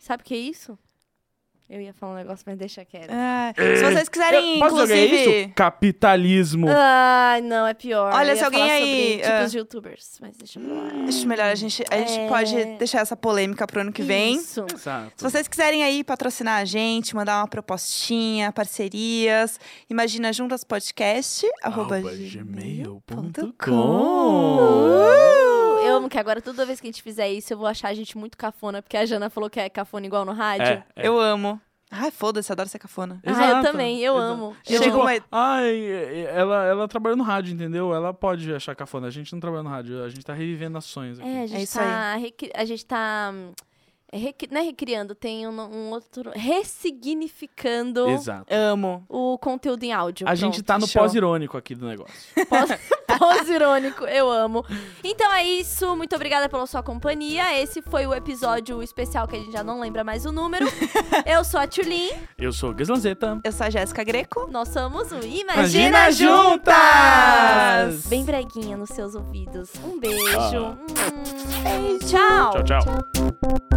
Sabe o que é isso? Eu ia falar um negócio, mas deixa quieto.
É, se vocês quiserem,
Eu- Posso jogar
inclusive...
é isso? Capitalismo.
Ah, Ai, não, é pior.
Olha,
Eu ia
se alguém
falar
aí,
Sobre
ah.
tipos de youtubers, mas deixa pra lá.
Acho melhor a gente, a gente
É.
pode deixar essa polêmica pro ano que vem.
Isso.
Exato.
Se vocês quiserem aí patrocinar a gente, mandar uma propostinha, parcerias, imagina juntas podcast, arroba gmail.com.
Ah.
Eu amo que agora toda vez que a gente fizer isso, eu vou achar a gente muito cafona, porque a Jana falou que é cafona igual no rádio.
É, é.
Eu amo. Ai, foda-se, adoro ser cafona.
Ah, eu também, eu amo.
É
Eu
tipo,
amo.
ai, ela, ela trabalhou no rádio, entendeu? Ela pode achar cafona. A gente não trabalha no rádio, a gente tá revivendo ações aqui.
É, a gente
isso
tá. recri- A gente tá. hum, é, recri- Não é recriando, tem um, um outro. Ressignificando
Exato.
Amo.
o conteúdo em áudio.
A gente tá no
show.
pós-irônico aqui do negócio.
Pós-irônico, eu amo. Então é isso, muito obrigada pela sua companhia. Esse foi o episódio especial que a gente já não lembra mais o número. Eu sou a Tulin,
Eu sou o Gaslanzeta.
Eu sou a Jéssica Greco.
nós somos o Imagina.
Imagina Juntas!
Bem breguinha nos seus ouvidos. Um beijo. Hum.
Beijo.
Tchau.
Tchau, tchau.